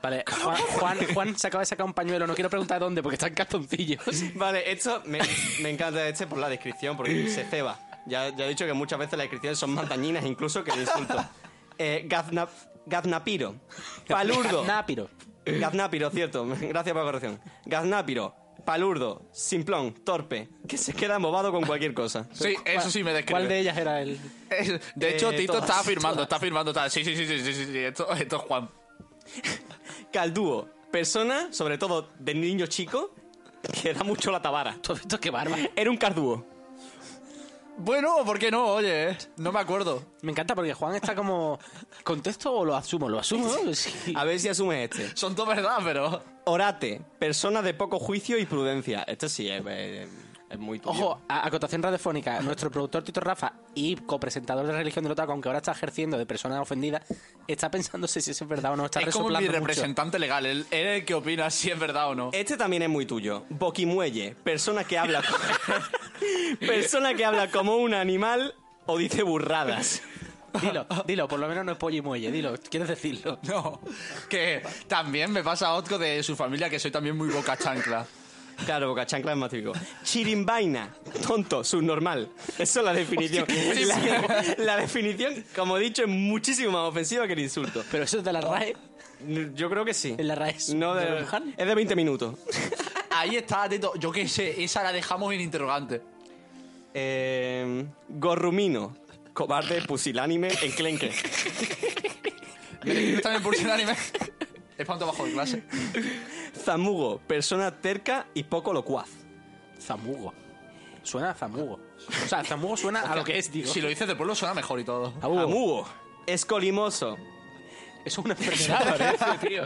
D: Vale, Juan, Juan, Juan se acaba de sacar un pañuelo, no quiero preguntar dónde porque está en cartoncillos.
C: Vale, esto me, me encanta este por la descripción, porque se ceba. Ya, ya he dicho que muchas veces las descripciones son más dañinas incluso que el insulto. Eh, gazna- gaznapiro. Palurdo.
D: Nápiro.
C: Gaznápiro, cierto. Gracias por la corrección. Gaznápiro. Palurdo. Simplón. Torpe. Que se queda embobado con cualquier cosa.
F: Sí, eso sí me describe.
D: ¿Cuál de ellas era el...?
F: Eh, De hecho,
C: Eh,
F: Tito
C: todas,
F: está firmando, está firmando. Está... Sí, sí, sí, sí, sí, sí, sí, Esto, esto es Juan.
C: Caldúo. Persona, sobre todo de niño chico, que da mucho la tabara.
D: ¿Tú has visto qué barba?
C: Era un cardúo.
F: Bueno, ¿por qué no? Oye, eh, no me acuerdo.
D: Me encanta porque Juan está como... ¿Contesto o lo asumo? Lo asumo, ¿no? Sí.
C: A ver si asume este.
F: Son todo verdad, pero.
C: Orate. Persona de poco juicio y prudencia. Este sí es, es- es muy tuyo.
D: Ojo, a- acotación radiofónica. Nuestro productor Tito Rafa y copresentador de Religión del Otaku, aunque ahora está ejerciendo de persona ofendida, está pensándose si eso es verdad o no. Está
F: es como mi
D: resoplando mucho.
F: representante legal. Él él es el que opina si es verdad o no.
C: Este también es muy tuyo. Boquimuelle. Persona que habla. co- persona que habla como un animal o dice burradas.
D: Dilo, dilo, por lo menos no es pollo y muelle. Dilo, ¿quieres decirlo?
F: No, que también me pasa otro de su familia que soy también muy boca chancla.
C: Claro, boca chancla es más típico. Chirimbaina. Tonto, subnormal. Eso es la definición. la, la definición, como he dicho, es muchísimo más ofensiva que el insulto.
D: Pero eso es de la RAE.
C: Yo creo que sí.
D: En la RAE es
C: No de-
D: de Wuhan.
C: es de 20 minutos.
F: Ahí está, Tito. Yo qué sé, esa la dejamos en interrogante.
C: Eh, gorrumino. Cobarde, pusilánime, enclenque.
F: Me describes también por ser anime. Espanto bajo de clase.
C: Zamugo. Persona terca y poco locuaz.
D: Zamugo. Suena a Zamugo. O sea, Zamugo suena a lo que es, digo.
F: Si lo dices del pueblo suena mejor y todo.
C: Amugo. Es colimoso.
D: Es una enfermedad, parece, tío.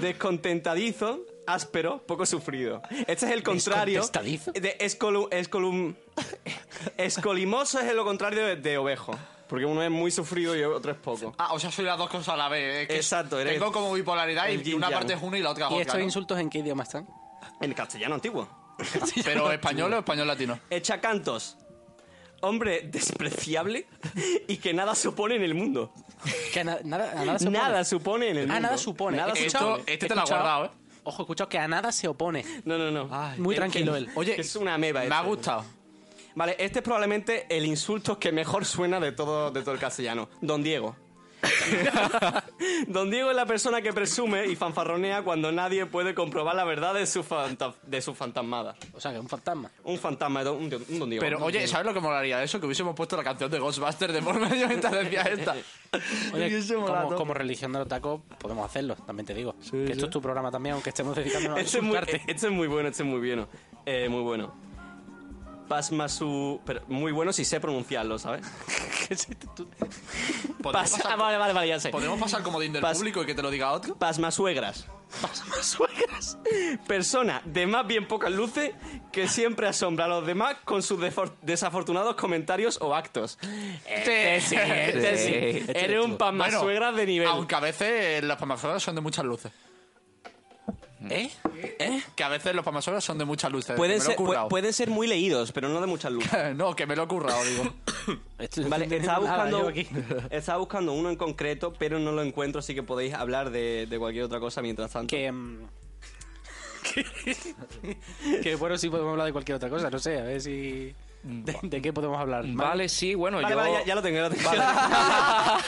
C: Descontentadizo, áspero, poco sufrido. Este es el contrario.
D: ¿Descontentadizo?
C: De escolu- escolum- escolimoso es lo contrario de, de ovejo. Porque uno es muy sufrido y otro es poco.
F: Ah, o sea, soy las dos cosas a la vez. es que
C: Exacto, eres
F: Tengo como bipolaridad
C: el
F: y
C: yin
F: una
C: yang.
F: parte es una y la otra es
D: ¿Y
F: otra.
D: estos
F: ¿no?
D: insultos en qué idioma están?
C: En castellano antiguo.
F: Pero español o español latino.
C: Echa cantos. Hombre despreciable y que nada supone en el mundo.
D: Que na- nada, a nada se opone.
C: Nada supone en el
D: Ah,
C: mundo.
D: nada supone.
C: Nada Este
D: He escuchado- he escuchado-
C: ¿eh?
D: Ojo, he escuchado que a nada se opone.
C: No, no, no.
D: Muy
C: Es
D: tranquilo
C: que-
D: él.
C: Oye, es una meba.
F: me ha gustado.
C: Vale, este es probablemente el insulto que mejor suena de todo, de todo el castellano. Don Diego. Don Diego es la persona que presume y fanfarronea cuando nadie puede comprobar la verdad de su, fanta- de su fantasmada.
D: O sea, que un fantasma.
C: Un fantasma, un, un- un Don Diego.
F: Pero,
C: Un
F: oye,
C: Diego.
F: ¿sabes lo que molaría de eso? Que hubiésemos puesto la canción de Ghostbusters de por medio mientras decía esta.
D: Oye,
F: Hubiese molado.
D: como, como religión del otaku podemos hacerlo, también te digo. que esto es tu programa también, aunque estemos dedicándonos a
C: Este es, muy,
D: insultarte.
C: este es muy bueno, este es muy bueno. Eh, muy bueno. Pasma su... Pero muy bueno si sé pronunciarlo, ¿sabes?
F: ¿Podemos
C: Pasa-
F: pasar-
C: vale, vale, vale, ya sé.
F: ¿Podemos pasar como de del
C: Pas-
F: público y que te lo diga otro?
C: Pasmasuegras. Pasmasuegras. Persona de más bien pocas luces que siempre asombra a los demás con sus defor- desafortunados comentarios o actos.
F: Eh,
C: Este sí, este sí. Eres un pasmasuegras de nivel.
F: Aunque a veces eh, los palmasuegras son de muchas luces.
D: ¿Eh?
C: ¿Eh?
F: Que a veces los palmasuegras son de muchas luces.
C: Pueden
F: que me
C: ser,
F: lo he currado.
C: pu- pueden ser muy leídos, pero no de muchas luces.
F: no, que me lo he currado, digo.
D: Esto-
C: Vale,
D: no
C: estaba
D: entiendo nada yo
C: buscando,
D: aquí.
C: estaba buscando uno en concreto, pero no lo encuentro, así que podéis hablar de, de cualquier otra cosa mientras tanto.
D: Que, mm, que bueno, sí podemos hablar de cualquier otra cosa, no sé, a ver si... ¿De, de qué podemos hablar?
E: Vale, sí, bueno,
C: Mm, Vale,
E: yo...
C: vale, ya, ya lo tengo, ya lo tengo.
F: La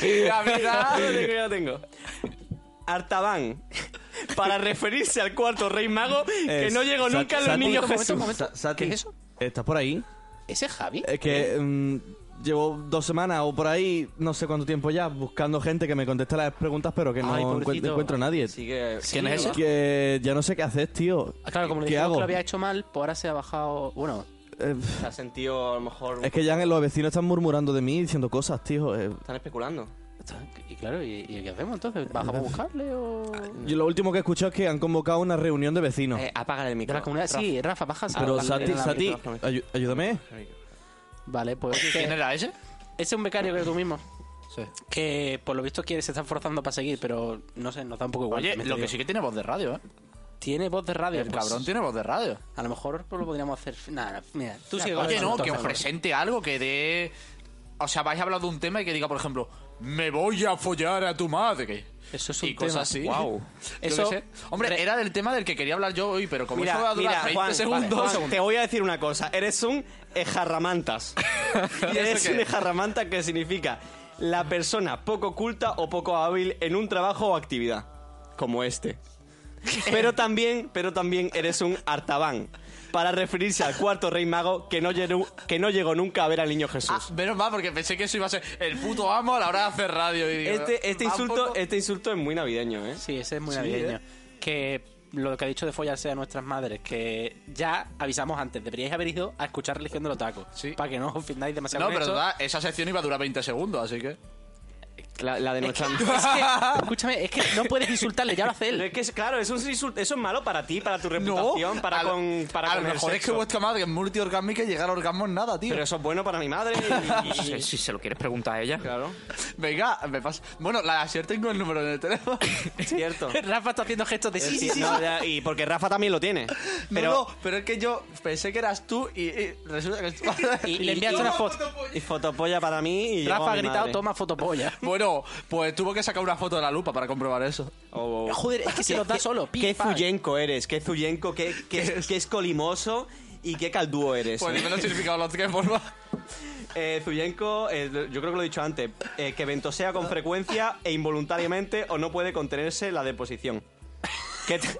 C: Ya lo
F: vida.
C: tengo, ya lo tengo. Artaban. Para referirse al cuarto rey mago que
K: Es-
C: no llegó
K: Sa-
C: nunca a los
K: Sati-
C: niños
K: Momento,
C: Jesús.
K: Sa- Sati,
D: ¿Qué es eso? Eh.
K: ¿Estás por ahí?
D: ¿Ese es Javi?
K: Es que mm, llevo dos semanas o por ahí, no sé cuánto tiempo ya, buscando gente que me conteste las preguntas, pero que no
D: Ay,
K: encuent-
D: pobrecito.
K: encuentro a nadie.
C: Así que.
D: ¿Quién es ese?
K: Que ya no sé qué hacer, tío.
D: Ah, Claro, como le
K: ¿Qué
D: dijimos que
K: hago?
D: lo había hecho mal, pues ahora se ha bajado... Bueno,
K: Eh,
C: Se ha sentido a lo mejor.
K: es que ya los vecinos están murmurando de mí diciendo cosas, tío. eh.
C: Están especulando.
D: está- y claro, ¿y, y qué hacemos entonces? ¿Bajamos a buscarle o...?
K: Yo lo último que he escuchado es que han convocado una reunión de vecinos.
C: Eh, apaga el
D: De la
C: micrófono.
D: comunidad, sí, Rafa, bajas.
K: pero Sati, Sati,
C: micrófono.
K: ayu- ayúdame.
D: Vale, pues...
F: ¿Quién era ese?
D: Ese es un becario que tú mismo.
F: Sí.
D: Que por lo visto quiere, se está forzando para seguir, pero no sé, nos da un poco igual.
F: Oye,
D: también te
F: lo que
D: digo.
F: sí que tiene voz de radio, ¿eh?
D: Tiene voz de radio.
F: El
D: pues,
F: cabrón tiene voz de radio.
D: A lo mejor pues, lo podríamos hacer. Nada, mira, tú sigue
F: Oye, no, que os
D: ofrece
F: presente algo, que dé... O sea, vais a hablar de un tema y que diga, por ejemplo, me voy a follar a tu madre.
D: Eso es un
F: Y cosas
D: tema.
F: así.
D: Guau.
F: Yo
D: Eso-
F: qué sé. Hombre,
D: Re-
F: era del tema del que quería hablar yo hoy, pero como eso va
C: Mira,
F: a durar
C: mira,
F: 20
C: Juan,
F: segundos...
C: vale, Juan, te voy a decir una cosa. Eres un ejarramantas.
F: ¿Y eso
C: Eres
F: qué?
C: un ejarramantas que significa la persona poco culta o poco hábil en un trabajo o actividad, como este. Pero también, pero también eres un artabán, para referirse al cuarto rey mago que no, llegó, que no llegó nunca a ver al niño Jesús.
F: Ah, menos mal, porque pensé que eso iba a ser el puto amo a la hora de hacer radio. Y digo, "Ah,
C: este, este
F: ¿eh? va un
C: insulto,
F: poco-
C: este insulto es muy navideño, ¿eh?
D: Sí, ese es muy
F: Sí,
D: navideño.
F: ¿eh?
D: Que lo que ha dicho de follarse a nuestras madres, que ya avisamos antes, deberíais haber ido a escuchar Religión de los Tacos.
F: Sí.
D: Para que no os ofendáis demasiado.
F: No,
D: con
F: pero
D: esto.
F: da- esa sección iba a durar 20 segundos, así que...
C: La, de nuestra...
D: Es que, escúchame, es que no puedes insultarle, ya lo hace
C: Pero
D: él.
C: es que, es- claro, es un insulto- eso es malo para ti, para tu reputación, para
F: a lo-
C: con... Para
F: a
C: con
F: lo
C: el
F: mejor es que
C: sexo.
F: vuestra madre es multiorgásmica y llegar al orgasmo en nada, tío.
C: Pero eso es bueno para mi madre. y-
E: No
C: y-
E: sé si se lo quieres preguntar a ella.
C: Claro,
F: Venga, me pasa. Bueno, la SER tengo el número en el teléfono.
C: cierto.
D: Rafa está haciendo gestos de sí, sí, sí.
C: No, ya, y porque Rafa también lo tiene.
F: pero...
C: Pero
F: No, pero es que yo pensé que eras tú y, y resulta que es tu madre.
D: Y le enviaste una foto.
C: y fotopolla para mí y llegó
D: Rafa ha
C: a mi
D: gritado,
C: madre.
D: toma fotopolla.
F: Bueno, pues tuvo que sacar una foto de la lupa para comprobar eso.
C: Oh, oh.
D: Joder, es que se los da
C: Qué-
D: solo. pim,
C: Qué
D: pam.
C: zuyenco eres, qué zuyenco, qué, qué, qué escolimoso y qué caldúo eres.
F: Pues
C: ¿eh?
F: dime los significados los tres, por favor.
C: Eh, Zuyenko, eh, yo creo que lo he dicho antes, eh, que ventosea con frecuencia e involuntariamente o no puede contenerse la deposición.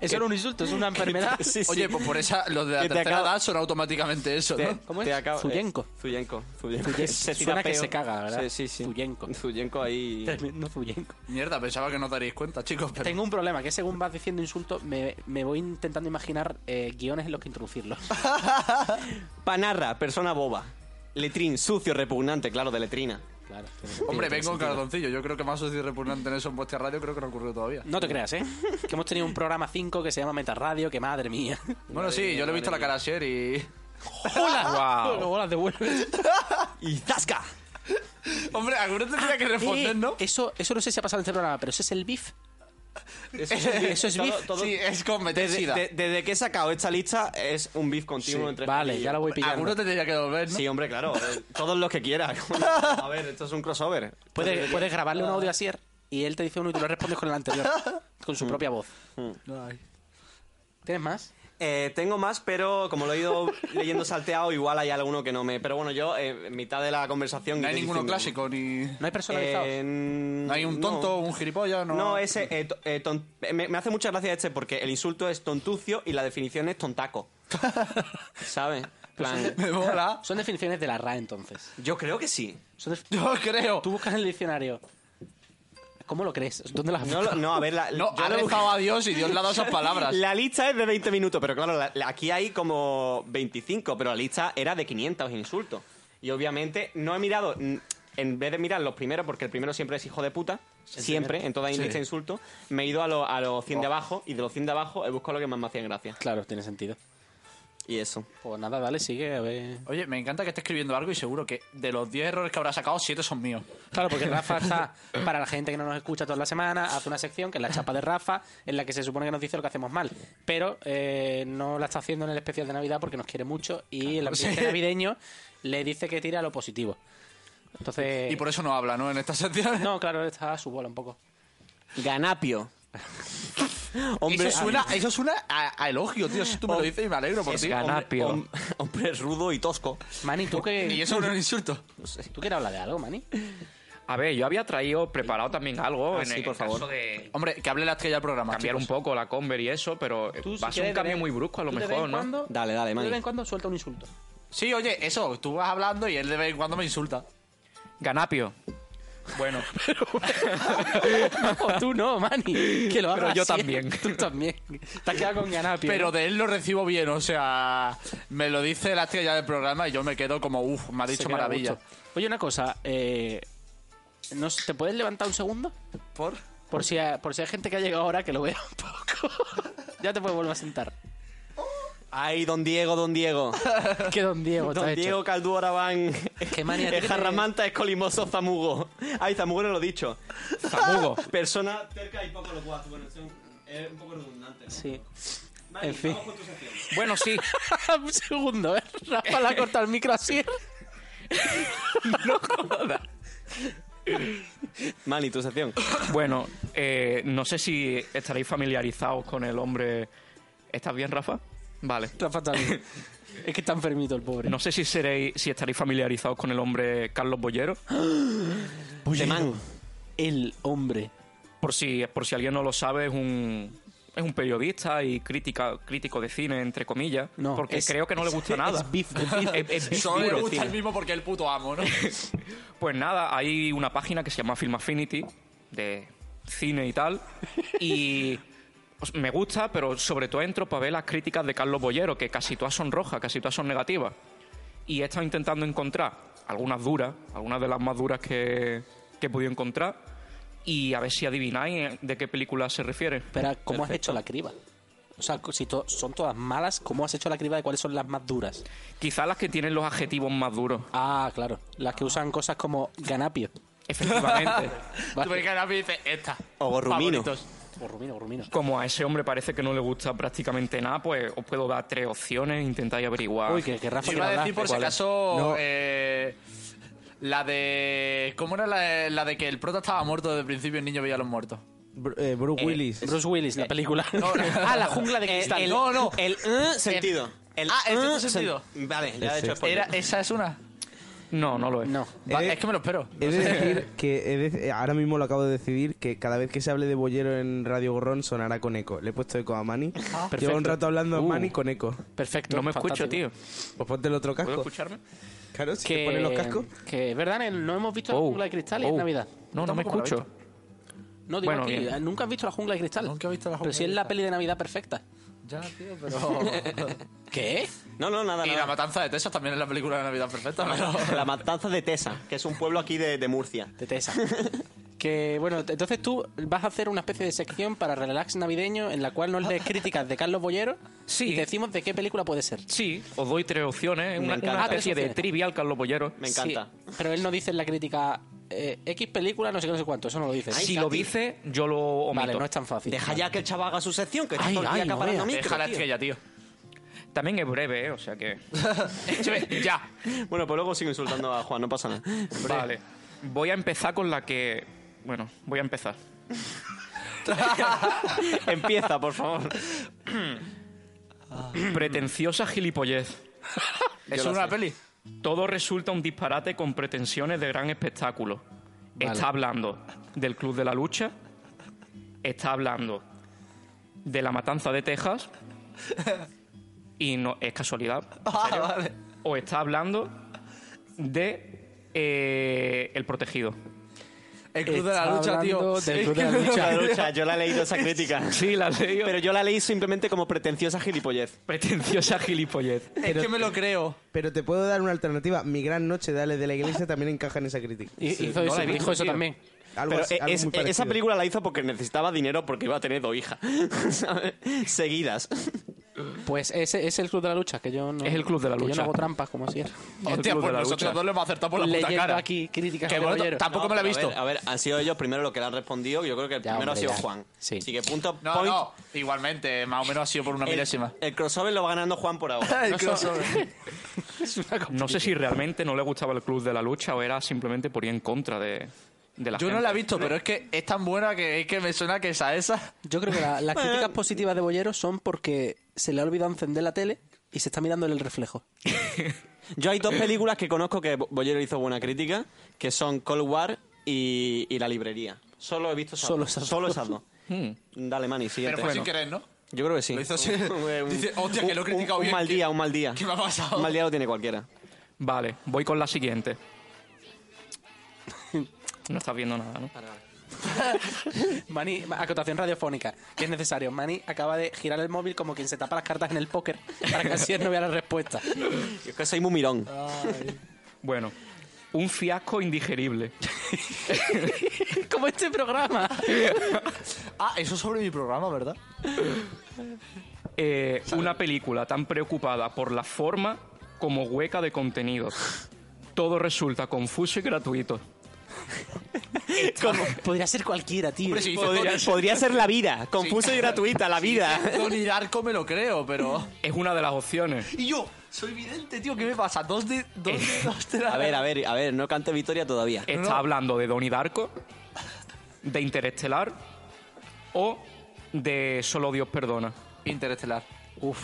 D: Eso era un insulto, es una enfermedad.
F: Oye, pues por esa, los de la
D: Que te
F: tercera
D: acaba-
F: edad son automáticamente eso,
C: Te-
F: ¿no?
D: ¿Cómo es? te acaba- Zuyenko.
C: Zuyenko.
D: Zuye- suena que se caga, ¿verdad?
C: Sí, sí, sí.
D: Zuyenko.
C: Zuyenko ahí...
D: Tremendo Zuyenko.
F: Mierda, pensaba que no os daríais cuenta, chicos. Pero...
D: Tengo un problema, que según vas diciendo insultos, me, me voy intentando imaginar eh, guiones en los que introducirlos.
C: Panarra, persona boba. Letrín, sucio, repugnante, claro, de letrina.
D: Claro.
F: Hombre, vengo con cardoncillo. Yo creo que más sucio y repugnante en eso en vuestra radio creo que no ha ocurrido todavía.
D: No te creas, ¿eh? Que hemos tenido un programa 5 que se llama Metarradio, que madre mía.
F: Bueno, sí, yo le he visto la cara a Sher y...
D: ¡Hola! ¡Hola, devuelves!
C: ¡Y zasca!
F: Hombre, alguno tendría Ah, que responder, ¿no?
D: Eso, eso no sé si ha pasado en este programa, pero ese es el BIF.
C: Eso
D: Eso es beef.
F: Sí, es con meter
C: desde,
F: sida.
C: de- desde que he sacado esta lista es un beef continuo
F: Sí.
C: entre
D: Vale,
C: Javi y
D: ya
C: yo.
D: lo voy pillando.
F: Alguno tendría que volver, ¿no?
C: Sí, hombre, claro. eh, Todos los que quieras. A ver, esto es un crossover.
D: Puedes, puedes grabarle un audio a Sier y él te dice uno y tú lo respondes con el anterior, con su propia voz.
F: Ay.
D: ¿Tienes más?
C: Eh, tengo más, pero como lo he ido leyendo salteado, igual hay alguno que no me. Pero bueno, yo, eh, en mitad de la conversación.
F: No hay
C: iré
F: ninguno
C: diciendo-
F: clásico ni...
D: ¿No hay personalizados?
C: Eh,
F: No hay un tonto, un gilipollas, no...
C: No, ese. eh, to- eh, ton- eh, me, me hace mucha gracia este porque el insulto es tontucio y la definición es tontaco. ¿Sabes? Plan,
F: Me mola.
D: Son definiciones Pues de la RAE, entonces.
C: yo creo que sí.
D: Son def-
F: Yo creo.
D: Tú buscas en el diccionario. ¿Cómo lo crees? ¿Dónde las has
C: No, lo-
D: buscado?
C: no, a ver, la,
F: No,
C: yo
F: ha
C: lo he
F: rezado a Dios y Dios le ha dado esas palabras.
C: La lista es de 20 minutos, pero claro, la- la- aquí hay como 25, pero la lista era de 500 insultos. Y obviamente no he mirado, mm, en vez de mirar los primeros, porque el primero siempre es hijo de puta, siempre, en toda
F: Sí.
C: lista de insultos, me he ido a, lo- a los 100 de abajo y de los 100 de abajo he buscado lo que más me hacían gracia.
D: Claro, tiene sentido.
C: Y eso.
D: Pues nada, dale, sigue, a ver.
F: Oye, me encanta que esté escribiendo algo y seguro que de los 10 errores que habrá sacado, 7 son míos.
D: Claro, porque Rafa está, para la gente que no nos escucha toda la semana, hace una sección que es la chapa de Rafa, en la que se supone que nos dice lo que hacemos mal. Pero eh, no la está haciendo en el especial de Navidad porque nos quiere mucho y el ambiente
F: sí.
D: navideño le dice que tira a lo positivo. Entonces.
F: Y por eso no habla, ¿no? En estas secciones.
D: No, claro, está a su bola un poco.
C: Ganapio. hombre,
F: eso suena, eso suena a, a elogio, tío. Si tú me lo
C: Hom-
F: dices y me alegro por
C: es
F: ti.
C: hombre-
E: Ganapio.
C: hom- hombre rudo y tosco.
D: Mani, ¿tú qué,
F: Y eso no es un insulto.
D: ¿tú quieres hablar de algo, Mani?
E: A ver, yo había traído preparado también algo
C: Ah,
E: en
C: sí,
E: el
C: por
E: caso
C: favor. Ah,
E: de
F: Hombre, que hable la estrella del programa.
E: cambiar un
F: chicos.
E: poco la Conver y eso, pero eh,
D: Tú, si
E: va a ser un
D: quieres, de
E: cambio
D: vez-
E: muy brusco a lo
D: tú de vez
E: mejor,
D: en
E: ¿no?
D: cuando-
C: Dale, dale,
D: tú De
C: Mani.
D: vez en cuando suelta un insulto.
F: Sí, oye, eso. Tú vas hablando y él de vez en cuando me insulta.
E: Ganapio. Bueno,
D: o tú no, Mani. Que lo
E: Pero
D: hagas
E: yo
D: así.
E: también.
D: Tú también. Te has quedado con ganapio.
F: Pero de él lo recibo bien, o sea, me lo dice la estrella del programa y yo me quedo como, uff, me ha
D: Se
F: dicho
D: queda
F: maravilla.
D: mucho. Oye, una cosa. eh, ¿no sé, ¿Te puedes levantar un segundo?
F: ¿Por?
D: Por si, ha- por si hay gente que ha llegado ahora que lo vea un poco. ya te puedes volver a sentar.
C: Ay, don Diego, don Diego.
D: Que don Diego te ha
C: Don
D: hecho.
C: Diego Caldú Arabán.
D: Qué manía
C: Es
D: tiene.
C: Jarramanta, es Colimoso, Zamugo. Ay, Zamugo no lo he dicho.
E: Zamugo.
C: Persona terca y poco locuaz. Bueno, es un, es un poco redundante. ¿no?
D: Sí.
C: Mani,
D: en fin.
C: vamos con tu sección.
E: Bueno, sí.
D: un segundo, ¿eh? Rafa le ha cortado el micro así.
C: Mani, tu sección.
E: Bueno, eh, no sé si estaréis familiarizados con el hombre. ¿Estás bien, Rafa? Vale.
D: Rafa también. Es que está enfermito el pobre.
E: No sé si seréis, si estaréis familiarizados con el hombre Carlos Bollero.
C: Temán.
D: El hombre.
E: Por si, por si alguien no lo sabe, es un, es un periodista y crítica, crítico de cine, entre comillas.
D: No,
E: porque
D: es-
E: creo que no le gusta nada.
D: Es beef de cine.
E: Es- es beef
F: Solo le
E: puro.
F: gusta el mismo porque es el puto amo, ¿no?
E: Pues nada, hay una página que se llama Film Affinity, de cine y tal, y pues, me gusta, pero sobre todo entro para ver las críticas de Carlos Bollero, que casi todas son rojas, casi todas son negativas. Y he estado intentando encontrar algunas duras, algunas de las más duras que, que he podido encontrar, y a ver si adivináis de qué película se refiere.
D: Espera, ¿cómo has hecho la criba? O sea, si to- son todas malas, ¿cómo has hecho la criba de cuáles son las más duras?
E: Quizás las que tienen los adjetivos más duros,
D: Ah, claro. Las que usan cosas como ganapio.
E: efectivamente.
F: Tú me ganas y dices, esta.
C: O gorrumino.
F: Favoritos.
D: O rumino, o rumino.
E: Como a ese hombre parece que no le gusta prácticamente nada, pues os puedo dar tres opciones, intentáis averiguar.
D: Uy, que, que Rafa
F: Yo
D: quiere
F: iba a
D: hablar.
F: decir, por si
D: ¿Cuál es?
F: acaso,
K: No.
F: eh, la de... ¿Cómo era la de, la de que el prota estaba muerto desde el principio y el niño veía a los muertos?
K: Br- eh, Bruce Willis.
D: Bruce Willis, la película. ah, la jungla de cristal.
C: El-
F: No, no.
C: El eh, sentido. El
F: Ah, el
C: eh,
F: sentido
C: sen-
F: sentido.
C: Vale, Pues ya he hecho
F: Era,
C: spoiler.
F: esa es una.
E: No, no lo es.
D: No.
K: Va, es
F: que me lo espero.
K: He de decir que he de- eh, ahora mismo lo acabo de decidir que cada vez que se hable de Bollero en Radio Gorrón sonará con eco. Le he puesto eco a Mani.
F: Ah.
K: Llevo
E: perfecto.
K: un rato hablando a
E: Uh.
K: Mani con eco.
D: Perfecto.
E: No me escucho,
D: fantástico.
K: Pues ponte el otro casco.
E: ¿Puedo escucharme?
K: Claro, si te pones los cascos.
D: Que es verdad, no hemos visto la jungla de cristal en
E: oh.
D: Navidad.
E: No, no me
D: Tampoco la he
E: escucho.
D: visto. No, digo
E: Bueno,
D: aquí,
E: bien.
D: nunca has visto la jungla de cristal. Nunca he visto la jungla Pero si es la peli de Navidad perfecta.
F: Ya, tío,
D: ¿Qué?
C: No, no, nada,
F: Y
C: nada.
F: la matanza de Texas también es la película de Navidad perfecta, pero...
C: La matanza de Tesa, que es un pueblo aquí de, de Murcia.
D: De Tesa. Que bueno, t- entonces tú vas a hacer una especie de sección para relax navideño en la cual nos lees críticas de Carlos Bollero y te decimos de qué película puede ser.
E: Sí, os doy tres opciones,
D: Me
E: una,
D: encanta.
E: una
D: Ah, tres
E: especie de
D: opciones.
E: trivial, Carlos Bollero.
D: Sí, pero él no dice en la crítica eh, X película, no sé qué, no sé cuánto, eso no lo dice.
E: si lo dice, yo lo omito.
D: Vale, no es tan fácil.
C: Deja ya que el chaval haga su sección, que está
E: Ay,
C: todo el día
E: ay, no
C: acaparando
E: veas.
C: micro,
E: Deja la
C: tío.
E: estrella, tío. También es breve, ¿eh? o sea que... ya.
C: Bueno, pues luego sigo insultando a Juan, no pasa nada.
E: Vale. Voy a empezar con la que... Bueno, voy a empezar.
C: Empieza, por favor.
E: Pretenciosa gilipollez.
F: ¿Es una peli?
E: Todo resulta un disparate con pretensiones de gran espectáculo.
F: Vale.
E: Está hablando del Club de la Lucha. Está hablando de la matanza de Texas. Y no es casualidad. ¿en
F: Ah,
E: serio? O está hablando de eh, El Protegido.
F: El Club de la Lucha, tío.
C: El Club de la lucha. Yo la he leído esa crítica.
E: Sí, la he leído.
C: Pero yo la leí simplemente como pretenciosa gilipollez.
E: Pretenciosa gilipollez.
K: Pero-
F: me lo creo.
K: Pero te puedo dar una alternativa. Mi gran noche de Ale de la Iglesia también encaja en esa crítica.
D: Y-
K: Sí.
D: hizo
E: no
D: eso,
E: la he visto,
D: dijo eso
E: tío.
D: también.
K: Algo
C: Pero
K: así-
C: e-
K: algo
C: es-
K: muy
C: e- esa
K: parecido.
C: película la hizo porque necesitaba dinero porque iba a tener dos hijas. ¿sabes? Seguidas.
D: Pues ese es el Club de la Lucha, que yo no...
E: Es el Club de la
D: que Yo no
E: Lucha.
D: hago trampas, como si era.
F: Hostia,
E: Club
F: pues
E: de la
F: nosotros
E: lucha.
F: dos lo hemos acertado por la puta
D: Leyendo
F: cara.
D: aquí críticas
F: Que
D: de
F: bueno,
D: Bollero.
F: tampoco
C: No,
F: me la he
C: pero
F: visto.
C: a ver, A ver, han sido ellos primero los que la han respondido. Yo creo que el
D: Ya,
C: primero
D: hombre,
C: ha sido
D: ya.
C: Juan.
D: Sí.
C: Así que punto
F: No,
C: point.
F: no, igualmente, más o menos ha sido por una
C: El-
F: milésima.
C: El, crossover lo va ganando Juan por ahora.
F: El crossover.
E: No sé si realmente no le gustaba el Club de la Lucha o era simplemente por ir en contra de, de la
F: Yo no
E: gente.
F: la he visto, pero es que es tan buena que es que me suena que esa esa.
D: Yo creo que la- las críticas positivas de Bollero son porque se le ha olvidado encender la tele y se está mirando en el reflejo.
C: Yo hay dos
F: Eh.
C: películas que conozco que Bo- Bollero hizo buena crítica, que son Cold War y, y La Librería. Solo he visto esas
D: Solo
C: dos.
D: esas
C: Solo
D: dos.
C: esas dos.
E: Hmm.
C: Dale, Mani,
F: Pero
C: siguiente.
F: fue sin querer, ¿no?
C: Yo creo que sí.
F: Lo hizo así.
C: Un-
F: Dice, hostia, que lo he
C: un-
F: criticado
C: un,
F: bien,
C: mal
F: que-
C: día, un mal día.
F: ¿Qué me ha pasado?
C: Un mal día lo tiene cualquiera.
E: Vale, voy con la siguiente. No estás viendo nada, ¿no?
D: Mani, acotación radiofónica, que es necesario. Mani acaba de girar el móvil como quien se tapa las cartas en el póker para que así él no vea la respuesta.
C: Es que soy muy mirón.
E: Bueno, un fiasco indigerible.
D: Como este programa.
F: Ah, eso es sobre mi programa, ¿verdad?
E: Eh, una película tan preocupada por la forma como hueca de contenido. Todo resulta confuso y gratuito.
D: Podría ser cualquiera, tío.
F: Hombre, sí,
C: Podría, podría ser la vida. Confuso y gratuita, la vida.
F: Don Irarco me lo creo, pero...
E: Es una de las opciones.
F: Y yo, soy vidente, tío, ¿qué me pasa? Dos de... Dos de... Dos de la-
C: A ver, a ver, a ver, no cante victoria todavía.
E: Está hablando de Donnie Darko, de Interestelar o de Solo Dios Perdona.
F: Interestelar.
D: Uf.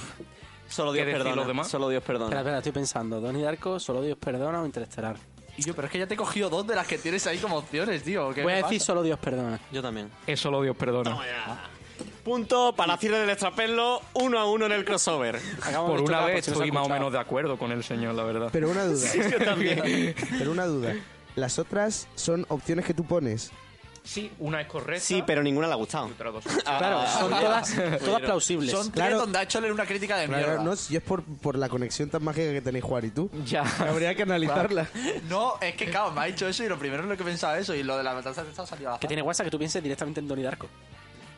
C: Solo
E: ¿qué
C: Dios
E: decir los
C: perdona.
E: demás?
C: Solo Dios
D: Espera,
C: perdona.
D: espera, estoy pensando. Donnie Darko, solo Dios perdona o Interestelar.
F: Y yo, pero es que ya te he cogido dos de las que tienes ahí como opciones, tío. ¿qué
D: Voy a
F: me
D: decir
F: pasa?
D: solo Dios perdona.
C: Yo también.
E: Es Solo Dios Perdona.
C: Punto para la cierre del extrapelo, uno a uno en el crossover.
D: Acabamos
E: Por
D: de
E: una
D: chocar,
E: vez
D: si no se ha
E: estoy más o
D: escuchado.
E: menos de acuerdo con el señor, la verdad.
K: Pero una duda. Pero una duda. Las otras son opciones que tú pones.
E: Sí, una es correcta.
C: Sí, pero ninguna le ha gustado.
E: y otra dos.
D: Claro, son todas, todas plausibles.
F: Son tres
K: Claro.
F: donde ha hecho leer una crítica de mierda.
K: Claro, no, si es por, por la conexión tan mágica que tenéis Juan y tú.
E: Ya.
K: Habría que analizarla.
F: No, es que claro, me ha dicho eso y lo primero es lo que pensaba eso y lo de la matanza de Texas salió a la
D: Que tiene WhatsApp que tú pienses directamente en Donnie Darko.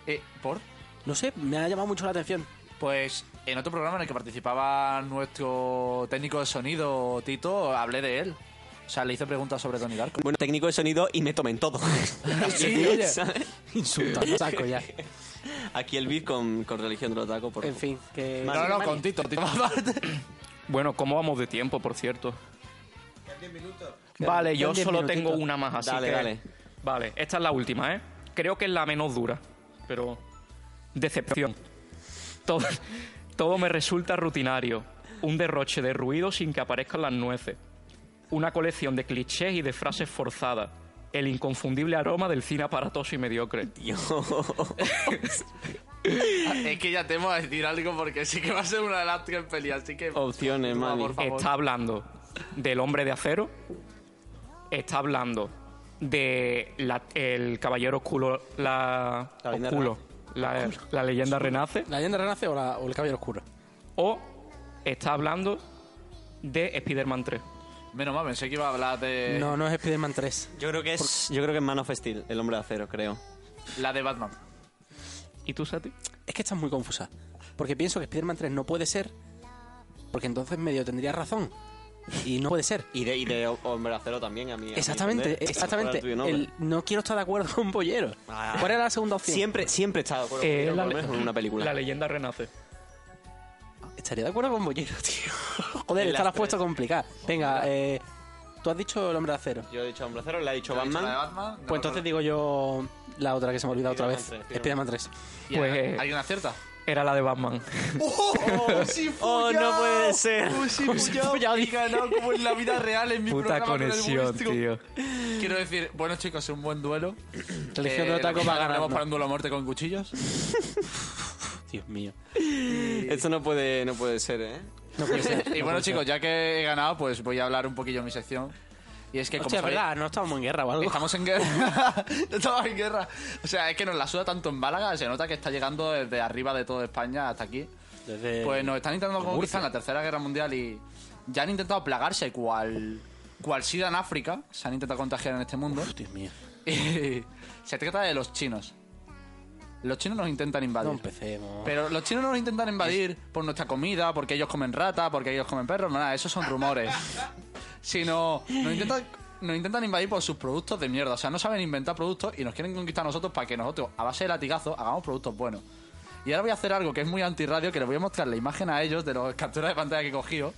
F: Eh, ¿Por?
D: No sé, me ha llamado mucho la atención.
F: Pues en otro programa en el que participaba nuestro técnico de sonido, Tito, hablé de él. O sea, le hice preguntas sobre Tony Darko.
C: Bueno, técnico de sonido y me tomen todo.
D: Sí, oye.
C: ¿Sabes?
D: Insulta, saco Pues ya.
C: Aquí el beat con, con religión de los tacos, por
D: En
C: favor.
D: fin, que...
C: Vale.
F: No, no,
D: Mani,
F: con Tito, Tito aparte.
E: Bueno, ¿cómo vamos de tiempo, por cierto? Vale, yo
D: Quedan diez
E: solo
D: minutitos.
E: tengo una más, así
C: Dale,
E: que...
C: dale.
E: Vale, esta es la última, ¿eh? Creo que es la menos dura, pero... Decepción. Todo, todo me resulta rutinario. Un derroche de ruido sin que aparezcan las nueces. una colección de clichés y de frases forzadas. El inconfundible aroma del cine aparatoso y mediocre.
F: Es que ya temo a decir algo porque sí que va a ser una de las tres pelis, así que...
E: Opciones,
F: Mani. por favor.
E: Está hablando del hombre de acero. Está hablando de la- el caballero oscuro, la,
D: La leyenda
E: oscuro, la, la leyenda renace.
D: ¿La leyenda renace o, la- o el caballero oscuro?
E: O está hablando de Spider-Man 3.
F: Menos mal, pensé que iba a hablar de...
D: No, no es Spider-Man 3.
C: Yo creo que es, yo creo que es Man of Steel, el hombre de acero, creo.
F: La de Batman.
E: ¿Y tú, Sati?
D: Es que estás muy confusa. Porque pienso que Spider-Man 3 no puede ser. Porque entonces medio tendría razón. Y no puede ser.
C: Y de, y de Hombre de Acero también, a mí. a mi
D: Exactamente,
C: entender.
D: exactamente.
C: Por el tuyo, ¿no?
D: El- no quiero estar de acuerdo con Bollero. ¿Cuál era la segunda opción?
C: Siempre, siempre he estado de acuerdo con Bollero, por lo menos en una película.
E: Eh, La leyenda renace.
D: Estaría de acuerdo con Bollero, tío. Joder,
C: En
D: esta
C: las
D: la has puesto complicada. Venga, eh, tú has dicho el hombre de acero.
C: Yo he dicho Hombre de Acero, le ha dicho
D: Yo he dicho
C: Batman.
D: la de pues entonces digo yo la otra que se me ha olvidado otra vez.
C: Spider-Man 3,
D: Spider-Man 3.
E: Y Pues, era- eh,
F: ¿Alguien acierta?
E: Era la de Batman.
F: ¡Oh,
C: no puede ser!
F: he ganado como en la vida real en mi
E: Puta
F: programa con el
E: conexión,
F: vuestro.
E: tío.
F: Quiero decir, bueno chicos, un buen duelo. Eh,
D: Religión de otaku
F: lo que
D: va ganando.
F: ganamos para un duelo a muerte con cuchillos.
D: Dios mío.
C: Esto no puede, no puede ser, ¿eh?
D: No puede
F: y
D: ser, no
F: bueno
D: puede
F: chicos,
D: ser.
F: ya que he ganado, pues voy a hablar un poquillo de mi sección. Y es que como
D: Hostia, es
F: sabéis-
D: verdad, no estamos en guerra o algo.
F: Estamos en guerra. No estamos en guerra. O sea, es que nos la suda tanto en Málaga, se nota que está llegando desde arriba de toda España hasta aquí.
D: Desde-
F: Pues nos están intentando
D: de
F: conquistar
D: Murcia.
F: en la Tercera Guerra Mundial y ya han intentado plagarse cual, cual sida en África. Se han intentado contagiar en este mundo.
D: Dios mío.
F: Y se trata de los chinos. Los chinos nos intentan invadir.
D: No pues, empecemos.
F: Pero los chinos no nos intentan invadir por nuestra comida, porque ellos comen rata, porque ellos comen perros, no, nada, esos son rumores. Sino nos intentan, nos intentan invadir por sus productos de mierda. O sea, no saben inventar productos y nos quieren conquistar a nosotros para que nosotros, a base de latigazos, hagamos productos buenos. Y ahora voy a hacer algo que es muy antirradio, que les voy a mostrar la imagen a ellos de los capturas de pantalla que he cogido.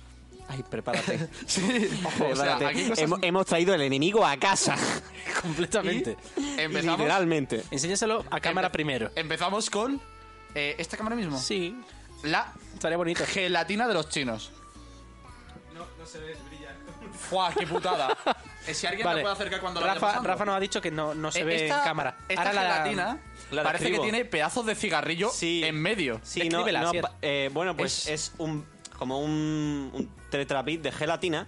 C: Ay, prepárate.
F: sí, ojo, o sea,
C: Prepárate.
F: aquí hay cosas
C: hemos, hemos traído el enemigo a casa.
D: Completamente.
C: eh,
F: Empezamos.
C: Literalmente.
D: Enséñaselo a cámara primero.
F: Empezamos con. eh, ¿Esta cámara mismo?
D: Sí.
F: La.
D: Estaría bonito.
F: Gelatina de los chinos.
I: No, no se ve brillar.
F: ¡Fua, qué putada! Eh, si alguien
D: Vale.
F: me puede acercar cuando lo vaya
D: Rafa,
F: pasando.
D: Rafa nos ha dicho que no, no se
F: Eh,
D: ve en
F: esta-
D: cámara.
F: Esta gelatina
C: La
F: parece
C: describo.
F: que tiene pedazos de cigarrillo
C: Sí.
F: en medio.
C: Sí, no,
F: Descríbela,
C: no,
F: Asier.
C: pa- eh, bueno, pues Este es, un como un, un tetrapit de gelatina